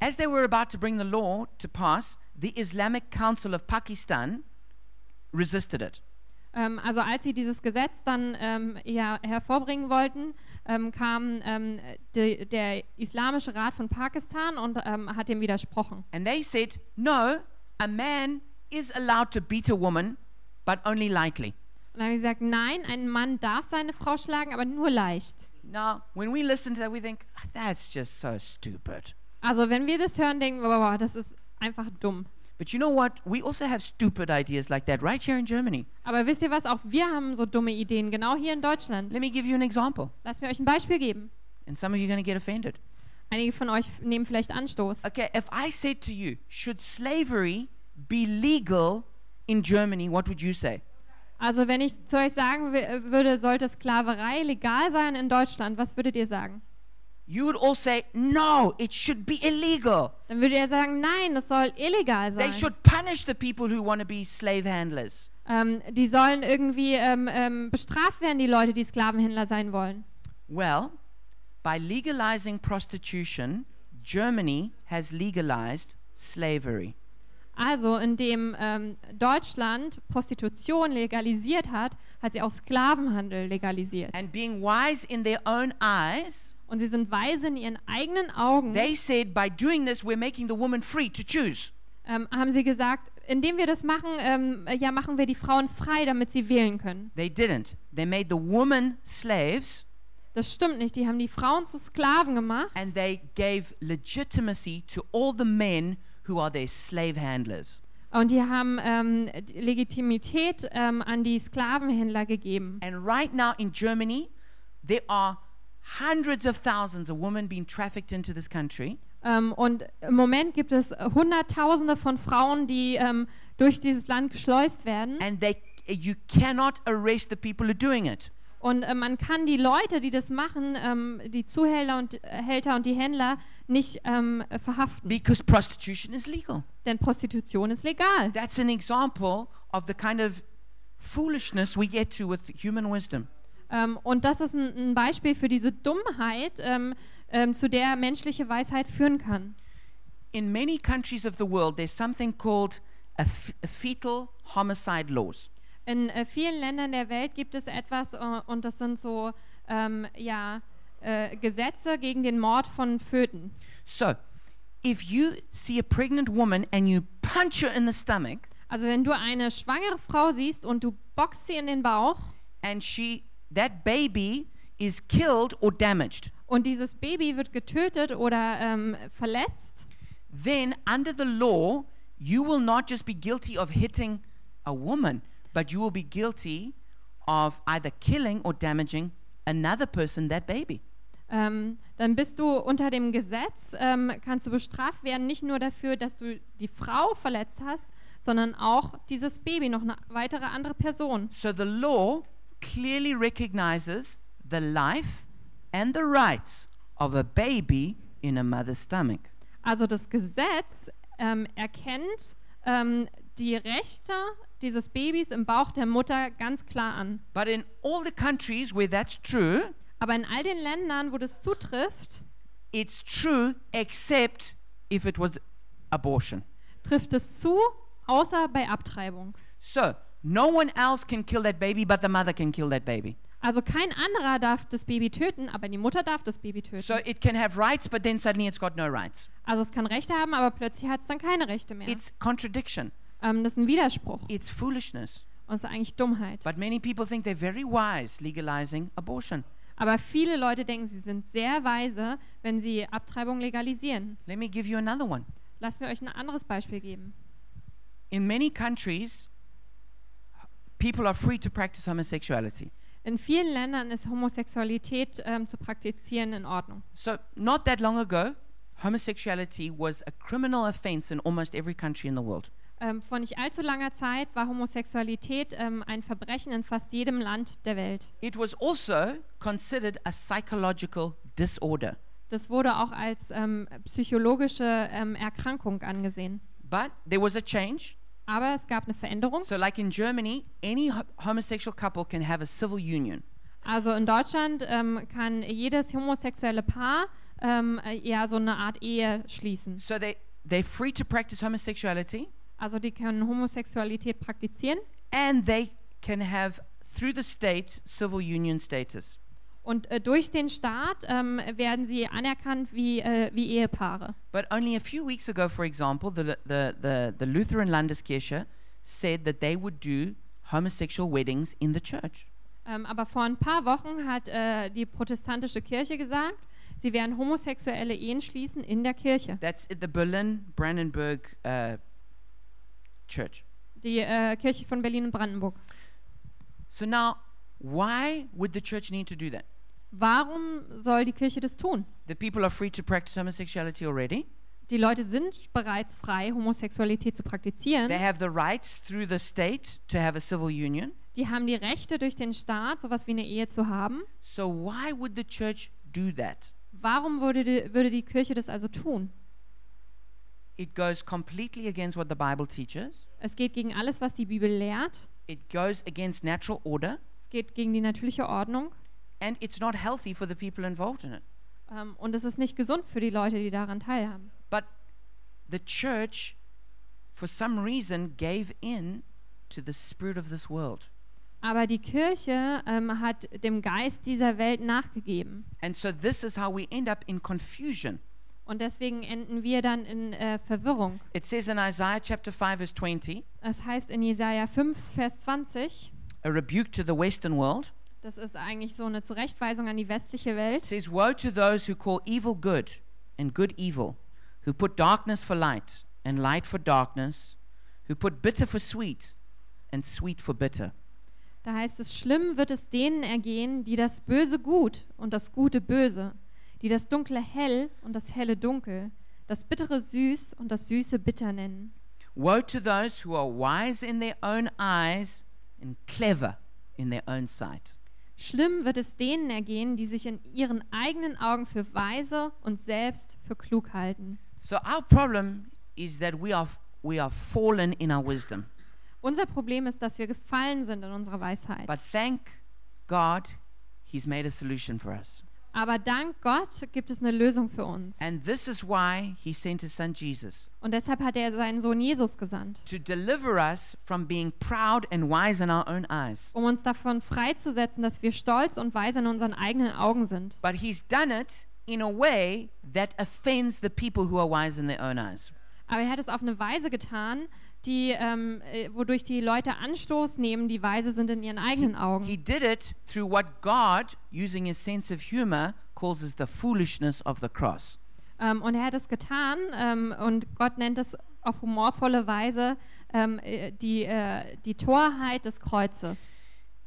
S1: as they were about to bring the law to pass, the Islamic Council of Pakistan resisted it.
S2: Ähm, also als sie dieses Gesetz dann ähm, ja, hervorbringen wollten, ähm, kam ähm, de, der Islamische Rat von Pakistan und ähm, hat dem widersprochen.
S1: And they said, "No, a man is allowed to beat a woman, but only lightly."
S2: Und dann haben sie gesagt, nein, ein Mann darf seine Frau schlagen, aber nur leicht.
S1: Now, when we listen to that, we think, "Ah, that's just so stupid.
S2: Also wenn wir das hören, denken wir, boah, das ist einfach dumm.
S1: But you know what? We also have stupid ideas like that right here in Germany.
S2: Aber wisst ihr was? Auch wir haben so dumme Ideen, genau hier in Deutschland.
S1: Let me give you an example.
S2: Lasst mir euch ein Beispiel geben.
S1: And some of you are going to get offended.
S2: Einige von euch nehmen vielleicht Anstoß.
S1: Okay, if I said to you, should slavery be legal in Germany, what would you say?
S2: Also wenn ich zu euch sagen wi- würde, sollte Sklaverei legal sein in Deutschland, was würdet ihr sagen?
S1: you would all say, no, it should be illegal.
S2: Dann würde er sagen, nein, das soll illegal
S1: They
S2: sein.
S1: should punish the people who want to be slave handlers.
S2: Ähm, die sollen irgendwie ähm, ähm, bestraft werden, die Leute, die Sklavenhändler sein wollen.
S1: Well, by legalizing prostitution, Germany has legalized slavery.
S2: Also, indem ähm, Deutschland Prostitution legalisiert hat, hat sie auch Sklavenhandel legalisiert.
S1: And being wise in their own eyes,
S2: Und sie sind weise in ihren eigenen Augen,
S1: they said, by doing this, we're making the woman free to choose.
S2: ähm, haben sie gesagt, indem wir das machen, ähm, ja, machen wir die Frauen frei, damit sie wählen können.
S1: They didn't. They made the woman slaves
S2: Das stimmt nicht. Die haben die Frauen zu Sklaven gemacht
S1: and they gave legitimacy to all the men who are their slave handlers.
S2: und die haben ähm, die Legitimität ähm, an die Sklavenhändler gegeben.
S1: And right now in Germany, there are hundreds of thousands of women being trafficked into this country.
S2: Ähm, und im Moment gibt es Hunderttausende von Frauen, die ähm, durch dieses Land geschleust werden.
S1: and they you cannot arrest the people who are doing it.
S2: Und äh, man kann die Leute, die das machen, ähm, die Zuhälter und, äh, Hälter und die Händler, nicht ähm, äh, verhaften.
S1: Because prostitution is legal.
S2: Denn Prostitution ist legal.
S1: That's an example of the kind of foolishness we get to with human wisdom.
S2: Ähm, und das ist ein, ein Beispiel für diese Dummheit, ähm, ähm, zu der menschliche Weisheit führen kann.
S1: In many countries of the world, there's something called a, f- a fetal homicide laws.
S2: In äh, vielen Ländern der Welt gibt es etwas äh, und das sind so ähm, ja, äh, Gesetze gegen den Mord von Föten.
S1: So, if you see a pregnant woman and you punch her in the stomach
S2: Also wenn du eine schwangere Frau siehst und du boxt sie in den Bauch
S1: and she that baby is killed or damaged,
S2: und dieses Baby wird getötet oder ähm, verletzt,
S1: then under the law, you will not just be guilty of hitting a woman, but you will be guilty of either killing or damaging another person, that baby.
S2: ähm, dann bist du unter dem Gesetz, ähm, kannst du bestraft werden, nicht nur dafür, dass du die Frau verletzt hast, sondern auch dieses Baby, noch eine weitere andere Person.
S1: So the law clearly recognizes the life and the rights of a baby in a mother's stomach.
S2: Also das Gesetz ähm, erkennt ähm, die Rechte dieses Babys im Bauch der Mutter ganz klar an.
S1: But in all the countries where that's true,
S2: Aber in all den Ländern, wo das zutrifft,
S1: it's true except if it was abortion.
S2: trifft es zu, außer bei Abtreibung.
S1: So no one else can kill that baby, but the mother can kill that baby.
S2: Also kein anderer darf das Baby töten, aber die Mutter darf das Baby töten.
S1: So it can have rights, but then suddenly it's got no rights.
S2: Also es kann Rechte haben, aber plötzlich hat es dann keine Rechte mehr.
S1: It's contradiction.
S2: Ähm, das ist ein Widerspruch und
S1: It's foolishness.
S2: es ist eigentlich Dummheit.
S1: But many people think they're very wise legalizing abortion.
S2: Aber viele Leute denken, sie sind sehr weise, wenn sie Abtreibung legalisieren.
S1: Let me give you another one.
S2: Lasst mir euch ein anderes Beispiel geben.
S1: In many countries, people are free to practice homosexuality.
S2: In vielen Ländern ist Homosexualität ähm, zu praktizieren in Ordnung.
S1: So not that long ago, homosexuality was a criminal offense in almost every country in the world.
S2: Ähm, vor nicht allzu langer Zeit war Homosexualität ähm, ein Verbrechen in fast jedem Land der Welt.
S1: It was also considered a psychological disorder.
S2: Das wurde auch als ähm, psychologische ähm, Erkrankung angesehen.
S1: But there was a change.
S2: Aber es gab eine Veränderung.
S1: So, like in Germany, any ho- homosexual couple can have a civil union.
S2: Also in Deutschland ähm, kann jedes homosexuelle Paar ähm, äh, ja so eine Art Ehe schließen.
S1: So they they're free to practice homosexuality,
S2: Also die können Homosexualität praktizieren
S1: and they can have through the state civil union status.
S2: und äh, durch den Staat ähm, werden sie anerkannt wie, äh, wie Ehepaare.
S1: But only a few weeks ago, for example, the the the, the Lutheran Landeskirche said that they would do homosexual weddings in the church.
S2: Ähm, aber vor ein paar Wochen hat äh, die protestantische Kirche gesagt, sie werden homosexuelle Ehen schließen in der Kirche.
S1: That's at the Berlin Brandenburg uh, church.
S2: Die äh, Kirche von Berlin und Brandenburg.
S1: So now, why would the church need to do that?
S2: Warum soll die Kirche das tun?
S1: The people are free to practice homosexuality already.
S2: Die Leute sind bereits frei, Homosexualität zu praktizieren.
S1: They have the rights through the state to have a civil union.
S2: Die haben die Rechte durch den Staat, sowas wie eine Ehe zu haben.
S1: So why would the church do that?
S2: Warum würde die, würde die Kirche das also tun?
S1: It goes completely against what the Bible teaches.
S2: Es geht gegen alles, was die Bibel lehrt.
S1: It goes against natural order,
S2: Es geht gegen die natürliche Ordnung.
S1: and it's not healthy for the people involved in it.
S2: Ähm, und es ist nicht gesund für die Leute, die daran teilhaben.
S1: But the church, for some reason, gave in to the spirit of this world.
S2: Aber die Kirche ähm, hat dem Geist dieser Welt nachgegeben.
S1: And so this is how we end up in confusion.
S2: Und deswegen enden wir dann in äh, Verwirrung.
S1: It says in Isaiah chapter 5, verse 20,
S2: Es heißt in Jesaja 5, Vers 20,
S1: a rebuke to the Western world.
S2: das ist eigentlich so eine Zurechtweisung an die westliche
S1: It
S2: Welt.
S1: says, Woe to those who call evil good and good evil, who put darkness for light and light for darkness, who put bitter for sweet and sweet for bitter.
S2: Da heißt es, schlimm wird es denen ergehen, die das Böse gut und das Gute böse, die das Dunkle hell und das Helle dunkel, das Bittere süß und das Süße bitter nennen.
S1: Woe to those who are wise in their own eyes and clever in their own sight.
S2: Schlimm wird es denen ergehen, die sich in ihren eigenen Augen für weise und selbst für klug halten.
S1: So our problem is that we are we are fallen in our wisdom.
S2: Unser Problem ist, dass wir gefallen sind in unserer Weisheit.
S1: But thank God he's made a solution for us.
S2: Aber dank Gott gibt es eine Lösung für uns.
S1: And this is why he sent his son Jesus
S2: Und deshalb hat er seinen Sohn Jesus gesandt,
S1: to deliver us from being proud and wise in our own eyes.
S2: um uns davon freizusetzen, dass wir stolz und weise in unseren eigenen Augen sind.
S1: But he's done it in a way that offends the people who are wise in their own eyes.
S2: Aber er hat es auf eine Weise getan, die, ähm, äh, wodurch die Leute Anstoß nehmen, die weise sind in ihren eigenen
S1: He
S2: Augen.
S1: did it through what God, using his sense of humor, calls as the foolishness of the cross.
S2: Ähm, und er hat es getan ähm, und Gott nennt es auf humorvolle Weise ähm, äh, die, äh, die Torheit des Kreuzes.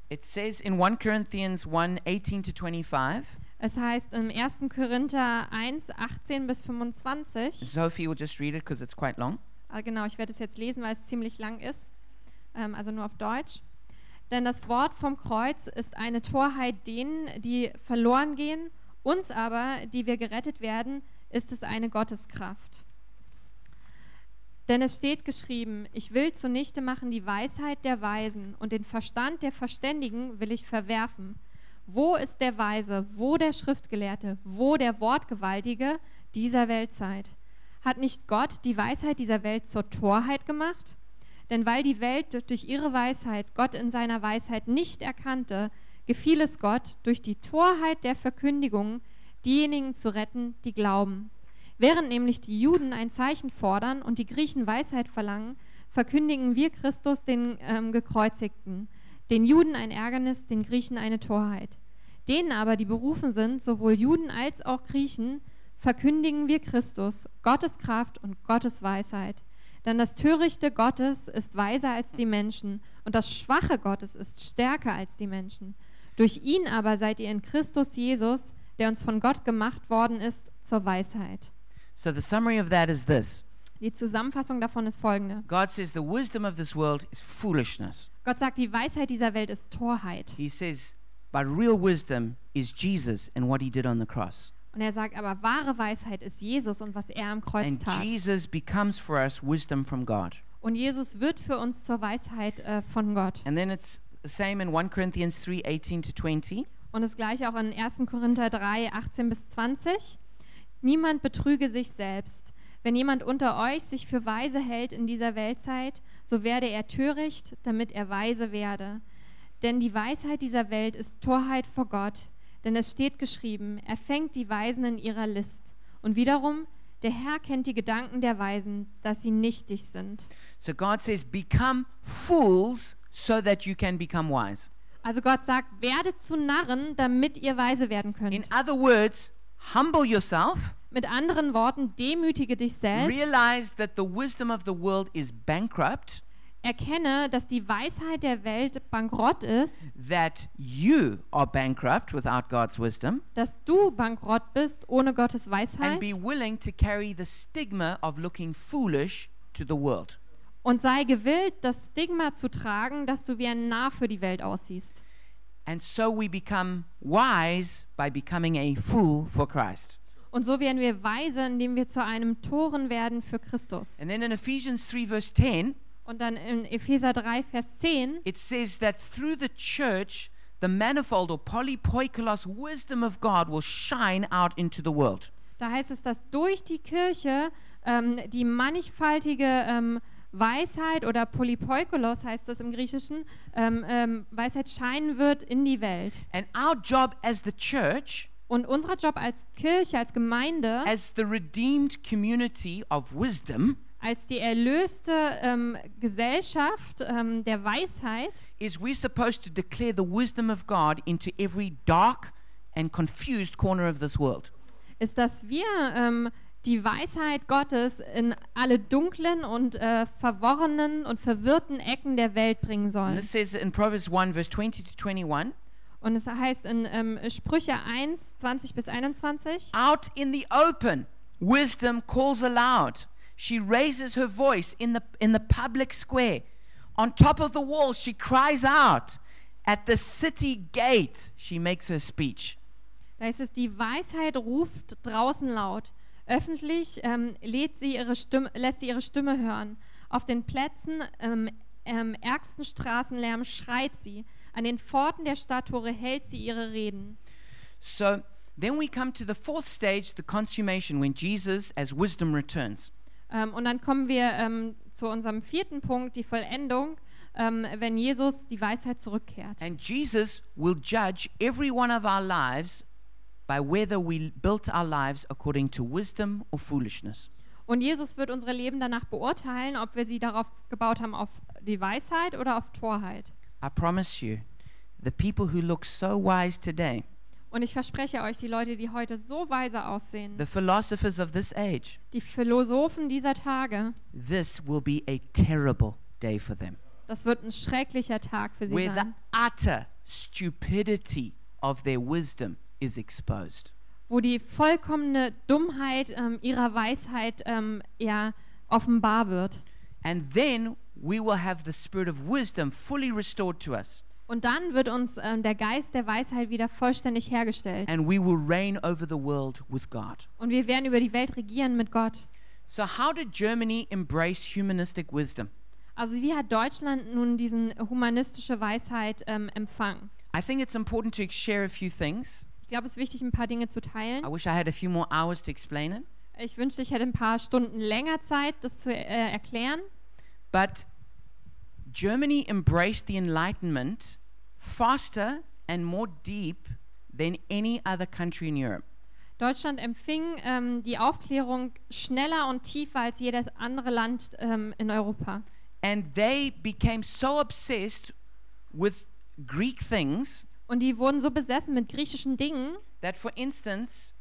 S1: It says in 1 Corinthians 1 18 to 25.
S2: Es heißt im 1. Korinther 1, 18 bis 25.
S1: Sophie will just read it because it's quite long.
S2: Ah, genau, ich werde es jetzt lesen, weil es ziemlich lang ist, ähm, also nur auf Deutsch. Denn das Wort vom Kreuz ist eine Torheit denen, die verloren gehen, uns aber, die wir gerettet werden, ist es eine Gotteskraft. Denn es steht geschrieben, ich will zunichte machen die Weisheit der Weisen und den Verstand der Verständigen will ich verwerfen. Wo ist der Weise, wo der Schriftgelehrte, wo der Wortgewaltige dieser Weltzeit? Hat nicht Gott die Weisheit dieser Welt zur Torheit gemacht? Denn weil die Welt durch ihre Weisheit Gott in seiner Weisheit nicht erkannte, gefiel es Gott, durch die Torheit der Verkündigung diejenigen zu retten, die glauben. Während nämlich die Juden ein Zeichen fordern und die Griechen Weisheit verlangen, verkündigen wir Christus den ähm, Gekreuzigten, den Juden ein Ärgernis, den Griechen eine Torheit. Denen aber, die berufen sind, sowohl Juden als auch Griechen, verkündigen wir Christus, Gottes Kraft und Gottes Weisheit. Denn das Törichte Gottes ist weiser als die Menschen und das Schwache Gottes ist stärker als die Menschen. Durch ihn aber seid ihr in Christus Jesus, der uns von Gott gemacht worden ist, zur Weisheit.
S1: So the summary of that is this
S2: Die Zusammenfassung davon ist folgende.
S1: God says the wisdom of this world is foolishness.
S2: Gott sagt, die Weisheit dieser Welt ist Torheit.
S1: He says, but real wisdom is Jesus and what he did on the cross.
S2: Und er sagt aber, wahre Weisheit ist Jesus und was er am Kreuz
S1: And
S2: tat.
S1: Jesus becomes for us wisdom from God.
S2: Und Jesus wird für uns zur Weisheit äh, von Gott.
S1: And then it's the same in 1 Corinthians 3 18 to 20.
S2: Und das gleiche auch in 1. Korinther 3, 18 bis 20. Niemand betrüge sich selbst. Wenn jemand unter euch sich für weise hält in dieser Weltzeit, so werde er töricht, damit er weise werde. Denn die Weisheit dieser Welt ist Torheit vor Gott. Denn es steht geschrieben, er fängt die Weisen in ihrer List. Und wiederum, der Herr kennt die Gedanken der Weisen, dass sie nichtig sind.
S1: So God says, become fools so that you can become wise.
S2: Also Gott sagt, werdet zu Narren, damit ihr weise werden könnt.
S1: In other words, humble yourself,
S2: Mit anderen Worten, demütige dich selbst,
S1: realize that the wisdom of the world is bankrupt.
S2: erkenne, dass die Weisheit der Welt bankrott ist,
S1: that you are bankrupt without God's wisdom
S2: dass du bankrott bist ohne Gottes
S1: and
S2: Weisheit
S1: be willing to carry the stigma of looking foolish to the world.
S2: und sei gewillt, das Stigma zu tragen, dass du wie ein Narr für die Welt aussiehst.
S1: And so we become wise by becoming a fool for Christ.
S2: Und so werden wir weise, indem wir zu einem Toren werden für Christus.
S1: And then in Ephesians 3, verse 10,
S2: Und dann in Epheser 3, Vers 10,
S1: it says that through the church, the manifold or polypoikilos wisdom of God will shine out into the world.
S2: da heißt es, dass durch die Kirche ähm, die mannigfaltige ähm, Weisheit oder Polypoikolos heißt das im Griechischen, ähm, ähm, Weisheit scheinen wird in die Welt.
S1: And our job as the church,
S2: Und unser Job als Kirche, als Gemeinde,
S1: as the redeemed community of wisdom,
S2: als die erlöste ähm, Gesellschaft ähm, der Weisheit,
S1: is we're supposed to declare the wisdom of God into every dark and confused corner of this world.
S2: ist, dass wir ähm, die Weisheit Gottes in alle dunklen und äh, verworrenen und verwirrten Ecken der Welt bringen
S1: And
S2: sollen.
S1: this says in Proverbs 1, verse 20 to 21
S2: Und es heißt in ähm, Sprüche 1, 20 bis 21,
S1: Out in the open, wisdom calls aloud. She raises her voice in the, in the public square. On top of the wall, she cries out. At the city gate, she makes her speech.
S2: da heißt es, die Weisheit ruft draußen laut. Öffentlich ähm, lädt sie ihre Stimme, lässt sie ihre Stimme hören. Auf den Plätzen ähm, ähm, ärgsten Straßenlärm schreit sie. An den Pforten der Stadttore hält sie ihre Reden.
S1: So then we come to the fourth stage, the consummation, when Jesus, as wisdom, returns.
S2: Ähm, und dann kommen wir ähm, zu unserem vierten Punkt, die Vollendung, ähm, wenn Jesus die Weisheit zurückkehrt.
S1: And Jesus will judge every one of our lives by whether we built our lives according to wisdom or foolishness.
S2: Und Jesus wird unsere Leben danach beurteilen, ob wir sie darauf gebaut haben, auf die Weisheit oder auf Torheit.
S1: I promise you, the people who look so wise today,
S2: Und ich verspreche euch, die Leute, die heute so weise aussehen,
S1: the philosophers of this age,
S2: die Philosophen dieser Tage,
S1: this will be a terrible day for them.
S2: das wird ein schrecklicher Tag für sie
S1: Where the
S2: sein,
S1: utter stupidity of their wisdom is exposed.
S2: wo die vollkommene Dummheit ähm, ihrer Weisheit ähm, ja, offenbar wird.
S1: And then we will have the spirit of wisdom fully restored to us,
S2: Und dann wird uns ähm, der Geist der Weisheit wieder vollständig hergestellt.
S1: and we will reign over the world with God.
S2: Und wir werden über die Welt regieren mit Gott.
S1: So, how did Germany embrace humanistic wisdom?
S2: Also wie hat Deutschland nun diesen humanistische Weisheit ähm, empfangen?
S1: I think it's important to share a few things.
S2: Ich glaube, es ist wichtig, ein paar Dinge zu teilen.
S1: I wish I had a few more hours to explain it.
S2: Ich wünschte, ich hätte ein paar Stunden länger Zeit, das zu äh, erklären.
S1: But Germany embraced the Enlightenment faster and more deep than any other country in Europe.
S2: Deutschland empfing ähm, die Aufklärung schneller und tiefer als jedes andere Land ähm, in Europa.
S1: And they became so obsessed with Greek things
S2: Und die wurden so besessen mit griechischen Dingen,
S1: that, for instance,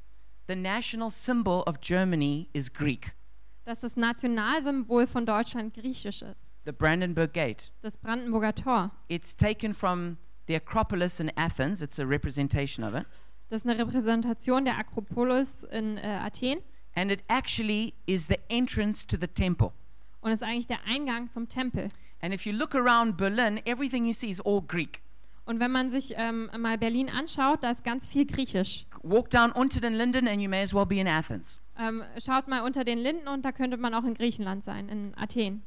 S1: the national symbol of Germany is Greek,
S2: dass das Nationalsymbol von Deutschland griechisch ist.
S1: the Brandenburg Gate.
S2: Das Brandenburger Tor.
S1: It's taken from the Acropolis in Athens, it's a representation of it.
S2: Das ist eine Repräsentation der Akropolis in äh, Athen.
S1: And it actually is the entrance to the temple.
S2: und ist eigentlich der Eingang zum Tempel.
S1: And if you look around Berlin, everything you see is all Greek.
S2: Und wenn man sich ähm, mal Berlin anschaut, da ist ganz viel Griechisch.
S1: Walk down onto den Linden and you may as well be in Athens.
S2: Ähm, schaut mal unter den Linden und da könnte man auch in Griechenland sein, in Athen.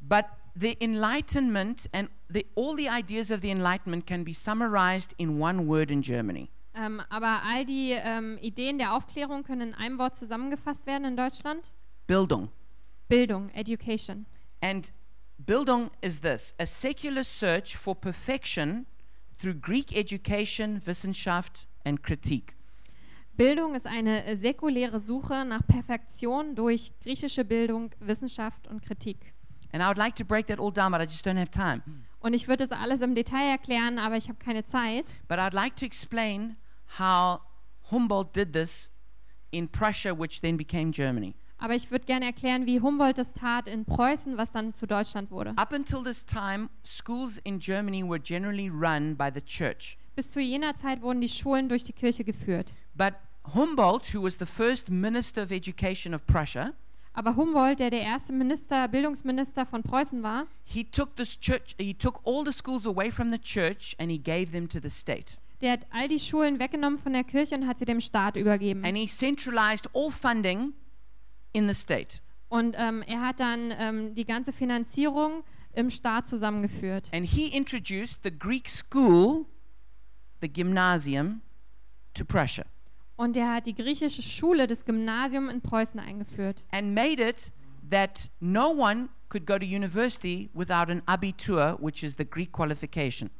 S1: But the Enlightenment and the, all the ideas of the Enlightenment can be summarized in one word in Germany
S2: Ähm, aber all die ähm, Ideen der Aufklärung können in einem Wort zusammengefasst werden in Deutschland.
S1: Bildung.
S2: Bildung, Education.
S1: And Bildung is this a secular search for perfection through Greek education, Wissenschaft, and critique.
S2: Bildung ist eine äh, säkuläre Suche nach Perfektion durch griechische Bildung, Wissenschaft und Kritik.
S1: And I would like to break that all down, but I just don't have time.
S2: Und ich würde das alles im Detail erklären, aber ich habe keine Zeit.
S1: But I'd like to explain how Humboldt did this in Prussia, which then became Germany.
S2: Aber ich würde gerne erklären, wie Humboldt es tat in Preußen, was dann zu Deutschland wurde.
S1: Up until this time, schools in Germany were generally run by the church.
S2: Bis zu jener Zeit wurden die Schulen durch die Kirche geführt.
S1: But Humboldt, who was the first minister of education of Prussia,
S2: Aber Humboldt, der der erste Minister, Bildungsminister von Preußen war,
S1: he took this church he took all the schools away from the church and he gave them to the state.
S2: der hat all die Schulen weggenommen von der Kirche und hat sie dem Staat übergeben.
S1: and he centralized all funding in the state.
S2: Und ähm, er hat dann ähm, die ganze Finanzierung im Staat zusammengeführt.
S1: And he introduced the Greek school, the gymnasium, to Prussia
S2: Und er hat die griechische Schule, das Gymnasium in Preußen eingeführt.
S1: and made it that no one could go to university without an abitur, which is the Greek qualification.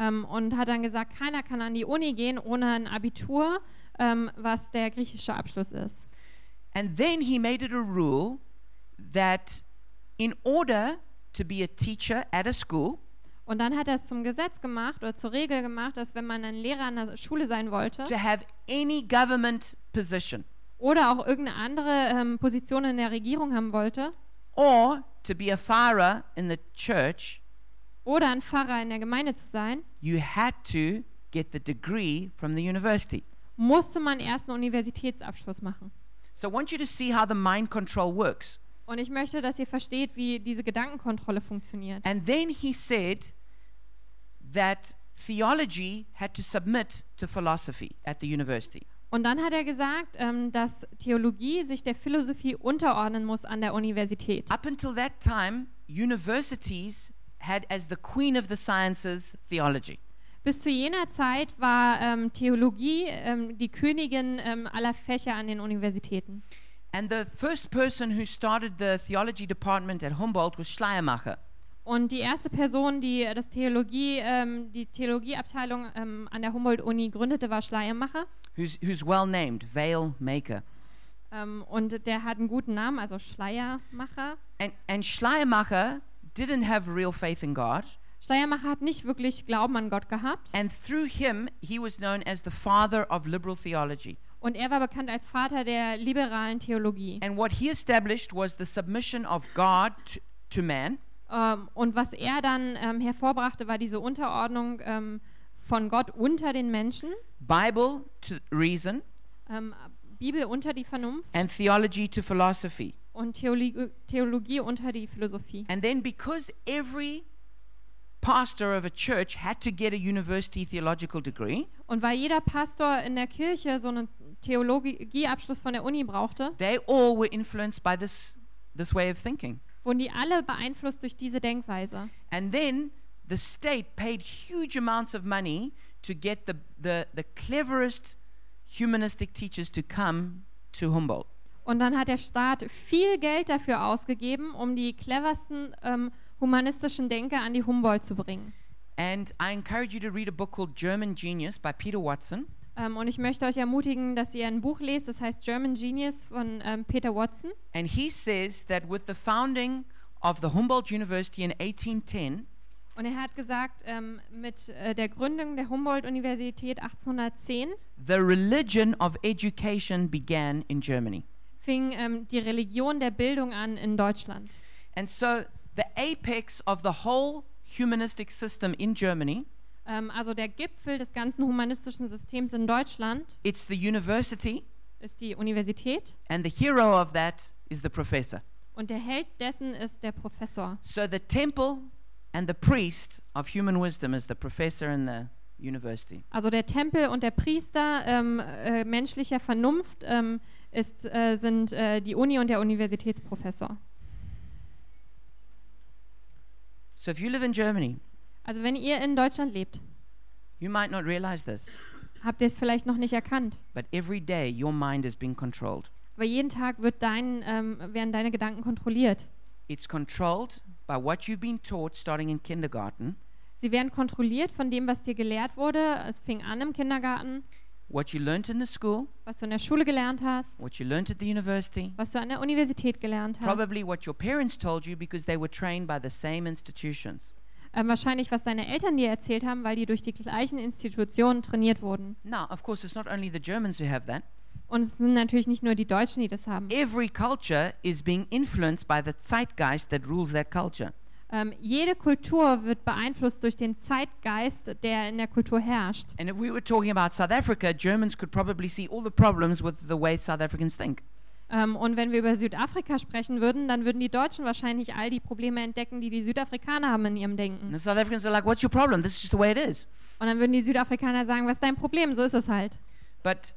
S2: Ähm, und hat dann gesagt, keiner kann an die Uni gehen ohne ein Abitur, ähm, was der griechische Abschluss ist.
S1: And then he made it a rule that in order to be a teacher at a school,
S2: Und dann hat er es zum Gesetz gemacht oder zur Regel gemacht, dass wenn man ein Lehrer an der Schule sein wollte
S1: to have any government position
S2: oder auch irgendeine andere ähm, Position in der Regierung haben wollte
S1: or to be a pharer in the church,
S2: oder ein Pfarrer in der Gemeinde zu sein,
S1: you had to get the degree from the university.
S2: musste man erst einen Universitätsabschluss machen.
S1: So I want you to see how the mind control works.
S2: Und ich möchte, dass ihr versteht, wie diese Gedankenkontrolle funktioniert.
S1: And then he said that theology had to submit to philosophy at the university.
S2: Und dann hat er gesagt, ähm, dass Theologie sich der Philosophie unterordnen muss an der Universität.
S1: Up until that time, universities had as the queen of the sciences theology.
S2: Bis zu jener Zeit war ähm, Theologie ähm, die Königin ähm, aller Fächer an den Universitäten.
S1: And the first person who started the theology department at Humboldt was Schleiermacher.
S2: Und die erste Person, die äh, das Theologie, ähm, die Theologieabteilung ähm, an der Humboldt-Uni gründete, war Schleiermacher.
S1: who's, who's well named Veil Maker.
S2: Ähm, und der hat einen guten Namen, also Schleiermacher.
S1: And, and Schleiermacher didn't have real faith in God,
S2: Schleiermacher hat nicht wirklich Glauben an Gott gehabt.
S1: and through him, he was known as the father of liberal theology.
S2: Und er war bekannt als Vater der liberalen Theologie.
S1: And what he established was the submission of God t- to man,
S2: Ähm, und was er dann ähm, hervorbrachte, war diese Unterordnung ähm, von Gott unter den Menschen,
S1: Bible to reason,
S2: ähm, Bibel unter die Vernunft
S1: and theology to philosophy.
S2: und Theologie, Theologie unter die Philosophie.
S1: And then, because every pastor of a church had to get a university theological degree,
S2: Und weil jeder Pastor in der Kirche so einen Theologieabschluss von der Uni brauchte,
S1: they all were influenced by this, this way of thinking.
S2: wurden die alle beeinflusst durch diese Denkweise.
S1: And then the state paid huge amounts of money to get the, the, the cleverest humanistic teachers to come to Humboldt.
S2: Und dann hat der Staat viel Geld dafür ausgegeben, um die cleversten ähm, humanistischen Denker an die Humboldt zu bringen.
S1: And I encourage you to read a book called German Genius by Peter Watson.
S2: Ähm, und ich möchte euch ermutigen, dass ihr ein Buch lest, das heißt German Genius von ähm, Peter Watson.
S1: And he says that with the founding of the Humboldt University in 1810,
S2: Und er hat gesagt, ähm, mit äh, der Gründung der Humboldt-Universität 1810
S1: the religion of education began in Germany.
S2: fing ähm, die Religion der Bildung an in Deutschland.
S1: And so the apex of the whole humanistic system in Germany,
S2: Ähm, also der Gipfel des ganzen humanistischen Systems in Deutschland
S1: it's the university
S2: ist die Universität
S1: And the hero of that is the professor.
S2: und der Held dessen ist der Professor.
S1: So the temple and the priest of human wisdom is the professor and the university.
S2: Also der Tempel und der Priester ähm, äh, menschlicher Vernunft ähm, ist, äh, sind äh, die Uni und der Universitätsprofessor.
S1: So if you live in Germany,
S2: Also wenn ihr in Deutschland lebt,
S1: you might not realize this,
S2: habt ihr es vielleicht noch nicht erkannt,
S1: but every day your mind is being controlled.
S2: aber jeden Tag wird dein, ähm, werden deine Gedanken kontrolliert.
S1: It's controlled by what you've been taught starting in kindergarten,
S2: Sie werden kontrolliert von dem, was dir gelehrt wurde. Es fing an im Kindergarten,
S1: what you learnt in the school,
S2: was du in der Schule gelernt hast,
S1: what you learnt at the university,
S2: was du an der Universität gelernt hast,
S1: probably what your parents told you because they were trained by the same institutions.
S2: ähm, wahrscheinlich was deine Eltern dir erzählt haben, weil die durch die gleichen Institutionen trainiert wurden.
S1: Now, of course, it's not only the Germans who have that.
S2: Und es sind natürlich nicht nur die Deutschen, die das haben.
S1: every culture is being influenced by the zeitgeist that rules that culture.
S2: Ähm, jede Kultur wird beeinflusst durch den Zeitgeist, der in der Kultur herrscht.
S1: And if we were talking about South Africa, Germans could probably see all the problems with the way South Africans think.
S2: Ähm, und wenn wir über Südafrika sprechen würden, dann würden die Deutschen wahrscheinlich all die Probleme entdecken, die die Südafrikaner haben in ihrem Denken.
S1: And the South Africans are like, what's your problem? This is just the way it is.
S2: Und dann würden die Südafrikaner sagen, was ist dein Problem? So ist es halt.
S1: But,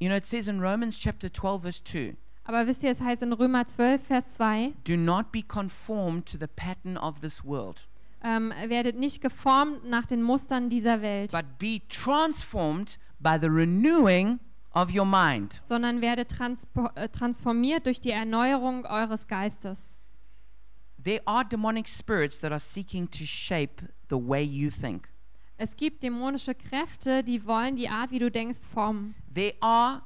S1: you know, it says in Romans chapter 12, verse 2,
S2: Aber wisst ihr, es heißt in Römer 12, Vers 2,
S1: do not be conformed to the pattern of this world,
S2: ähm, werdet nicht geformt nach den Mustern dieser Welt,
S1: but be transformed by the renewing of your mind.
S2: sondern werdet transpo- äh, transformiert durch die Erneuerung eures Geistes.
S1: There are demonic spirits that are seeking to shape the way you think.
S2: Es gibt dämonische Kräfte, die wollen die Art, wie du denkst, formen.
S1: There are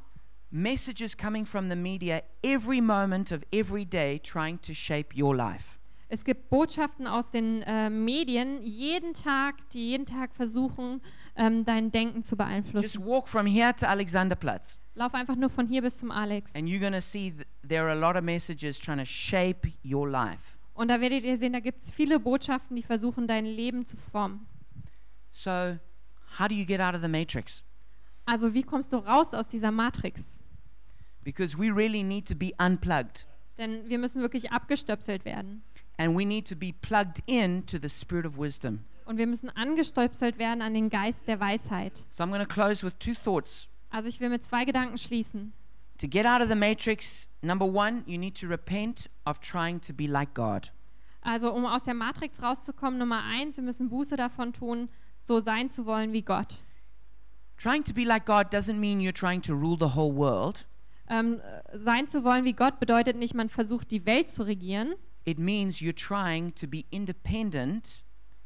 S1: messages coming from the media every moment of every day trying to shape your life.
S2: Es gibt Botschaften aus den äh, Medien jeden Tag, die jeden Tag versuchen, ähm, dein Denken zu
S1: Just
S2: beeinflussen.
S1: walk from here to Alexanderplatz,
S2: Lauf einfach nur von hier bis zum Alex.
S1: and you're going to see th- there are a lot of messages trying to shape your life.
S2: Und da werdet ihr sehen, da gibt es viele Botschaften, die versuchen, dein Leben zu formen.
S1: So, how do you get out of the matrix?
S2: Also wie kommst du raus aus dieser Matrix?
S1: Because we really need to be unplugged,
S2: Denn wir müssen wirklich abgestöpselt werden.
S1: and we need to be plugged in to the spirit of wisdom.
S2: Und wir müssen angestöpselt werden an den Geist der Weisheit.
S1: So, I'm going to close with two thoughts.
S2: Also ich will mit zwei Gedanken schließen.
S1: To get out of the matrix, number one, you need to repent of trying to be like God.
S2: Also um aus der Matrix rauszukommen, Nummer eins, wir müssen Buße davon tun, so sein zu wollen wie Gott.
S1: Trying to be like God doesn't mean you're trying to rule the whole world.
S2: Ähm, äh, sein zu wollen wie Gott bedeutet nicht, man versucht die Welt zu regieren,
S1: It means you're trying to be independent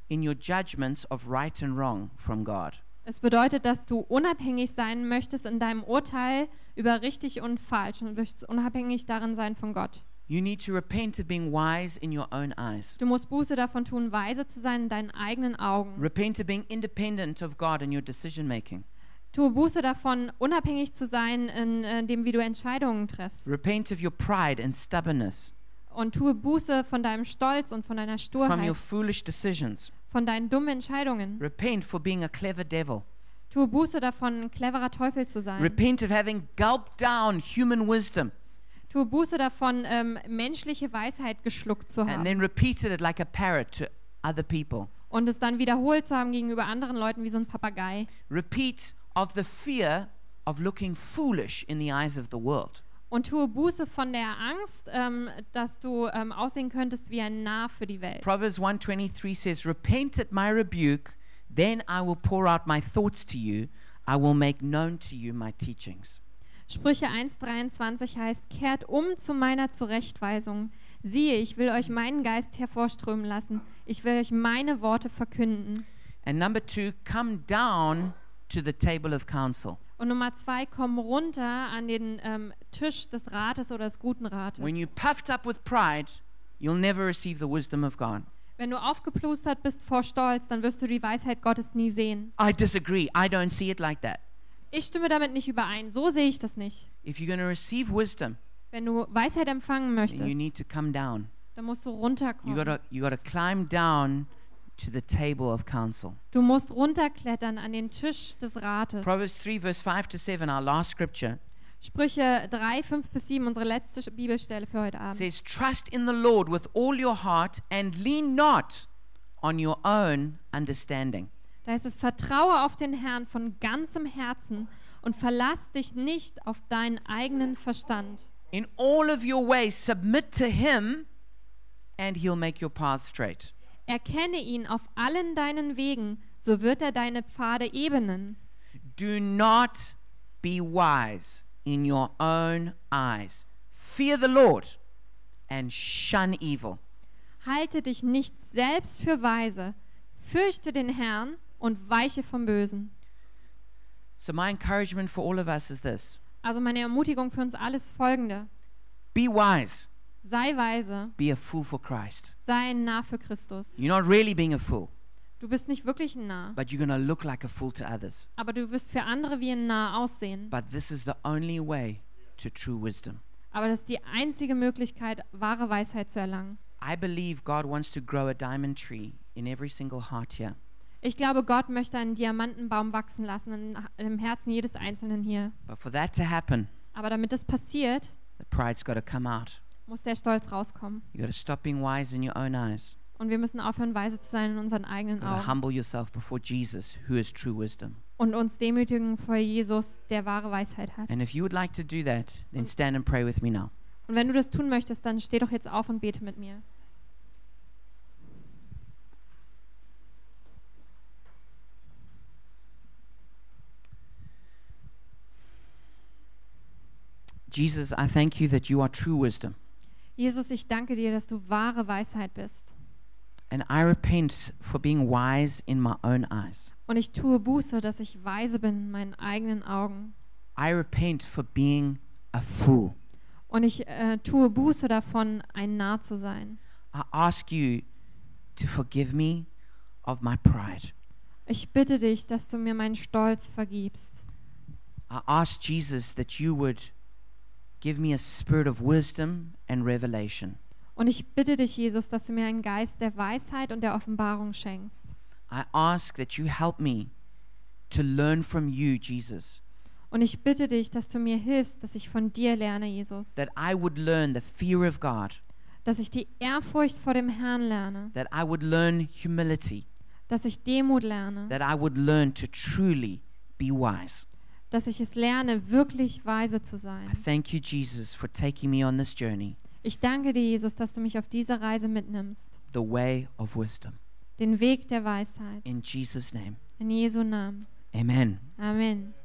S1: in your judgments of right and wrong from God.
S2: Es bedeutet, dass du unabhängig sein möchtest in deinem Urteil über richtig und falsch und du möchtest unabhängig darin sein von Gott.
S1: You need to repent of being wise in your own eyes.
S2: Du musst Buße davon tun, weise zu sein in deinen eigenen Augen.
S1: Repent of being independent of God in your decision making.
S2: Tu Buße davon, unabhängig zu sein in äh, dem, wie du Entscheidungen triffst.
S1: Repent of your pride and stubbornness
S2: Und tue Buße von deinem Stolz und von deiner
S1: from your
S2: Sturheit,
S1: foolish decisions.
S2: von deinen dummen Entscheidungen.
S1: Repent for being a clever devil.
S2: Tu Buße davon, ein cleverer Teufel zu sein.
S1: Repent of having gulped down human wisdom
S2: Tu Buße davon, ähm, menschliche Weisheit geschluckt zu
S1: and
S2: haben
S1: then repeated it like a parrot to other people.
S2: und es dann wiederholt zu haben gegenüber anderen Leuten wie so ein Papagei.
S1: Repeat of the fear of looking foolish in the eyes of the world.
S2: Und tue Buße von der Angst, ähm, dass du ähm, aussehen könntest wie ein Narr für die Welt.
S1: Proverbs 123 says, "Repent at my rebuke, then I will pour out my thoughts to you. I will make known to you my teachings."
S2: Sprüche 1,23 heißt: Kehrt um zu meiner Zurechtweisung. Siehe, ich will euch meinen Geist hervorströmen lassen. Ich will euch meine Worte verkünden.
S1: And number 2, come down to the table of counsel.
S2: Und Nummer zwei, komm runter an den ähm, Tisch des Rates oder des guten Rates.
S1: When you puffed up with pride, you'll never receive the wisdom of God.
S2: Wenn du aufgeplustert bist vor Stolz, dann wirst du die Weisheit Gottes nie sehen.
S1: I disagree. I don't see it like that.
S2: Ich stimme damit nicht überein. So sehe ich das nicht.
S1: If you're going to receive wisdom,
S2: Wenn du Weisheit empfangen
S1: then you
S2: möchtest,
S1: need to come down.
S2: dann musst du
S1: You
S2: runterkommen.
S1: got to you got to climb down to the table of counsel.
S2: Du musst runterklettern an den Tisch des Rates.
S1: Proverbs 3 verse 5 to 7, our last scripture,
S2: Sprüche 3, 5 bis 7, unsere letzte Sch- Bibelstelle für heute Abend.
S1: says, Trust in the Lord with all your heart and lean not on your own understanding.
S2: Da heißt es, vertraue auf den Herrn von ganzem Herzen und verlass dich nicht auf deinen eigenen Verstand.
S1: In all of your ways, submit to Him, and He'll make your path straight.
S2: Erkenne ihn auf allen deinen Wegen, so wird er deine Pfade ebenen.
S1: Do not be wise in your own eyes. Fear the Lord and shun evil.
S2: Halte dich nicht selbst für weise, fürchte den Herrn und weiche vom Bösen.
S1: So, my encouragement for all of us is this
S2: Also meine Ermutigung für uns alles folgende.
S1: be wise,
S2: Sei weise,
S1: be a fool for Christ.
S2: sei ein Narr für Christus.
S1: You're not really being a fool,
S2: Du bist nicht wirklich ein Narr,
S1: but you're going to look like a fool to others.
S2: aber du wirst für andere wie ein Narr aussehen.
S1: But this is the only way to true wisdom.
S2: Aber das ist die einzige Möglichkeit, wahre Weisheit zu erlangen.
S1: I believe God wants to grow a diamond tree in every single heart here.
S2: Ich glaube, Gott möchte einen Diamantenbaum wachsen lassen in, im Herzen jedes Einzelnen hier.
S1: But for that to happen,
S2: Aber damit das passiert,
S1: The pride's got to come out.
S2: muss der Stolz rauskommen.
S1: You got to stop being wise in your own eyes.
S2: Und wir müssen aufhören, weise zu sein in unseren eigenen
S1: You got to
S2: Augen
S1: humble yourself before Jesus, who is true wisdom.
S2: und uns demütigen vor Jesus, der wahre Weisheit hat.
S1: And if you would like to do that, then stand and pray with me now.
S2: Und wenn du das tun möchtest, dann steh doch jetzt auf und bete mit mir.
S1: Jesus, I thank you that you are true wisdom.
S2: Jesus, ich danke dir, dass du wahre Weisheit bist.
S1: And I repent for being wise in my own eyes.
S2: Und ich tue Buße, dass ich weise bin in meinen eigenen Augen.
S1: I repent for being a fool.
S2: Und ich äh, tue Buße davon, ein Narr zu sein.
S1: I ask you to forgive me of my pride.
S2: Ich bitte dich, dass du mir meinen Stolz vergibst.
S1: I ask Jesus that you would give me a spirit of wisdom and revelation.
S2: Und ich bitte dich, Jesus, dass du mir einen Geist der Weisheit und der Offenbarung schenkst.
S1: I ask that you help me to learn from you, Jesus,
S2: Und ich bitte dich, dass du mir hilfst, dass ich von dir lerne, Jesus.
S1: that I would learn the fear of God,
S2: Dass ich die Ehrfurcht vor dem Herrn lerne.
S1: that I would learn humility,
S2: Dass ich Demut lerne.
S1: that I would learn to truly be wise.
S2: Dass ich es lerne, wirklich weise zu sein.
S1: I thank you, Jesus, for taking me on this journey,
S2: Ich danke dir, Jesus, dass du mich auf diese Reise mitnimmst.
S1: the way of wisdom.
S2: Den Weg der Weisheit.
S1: In Jesus' name,
S2: In Jesu Namen.
S1: amen.
S2: Amen.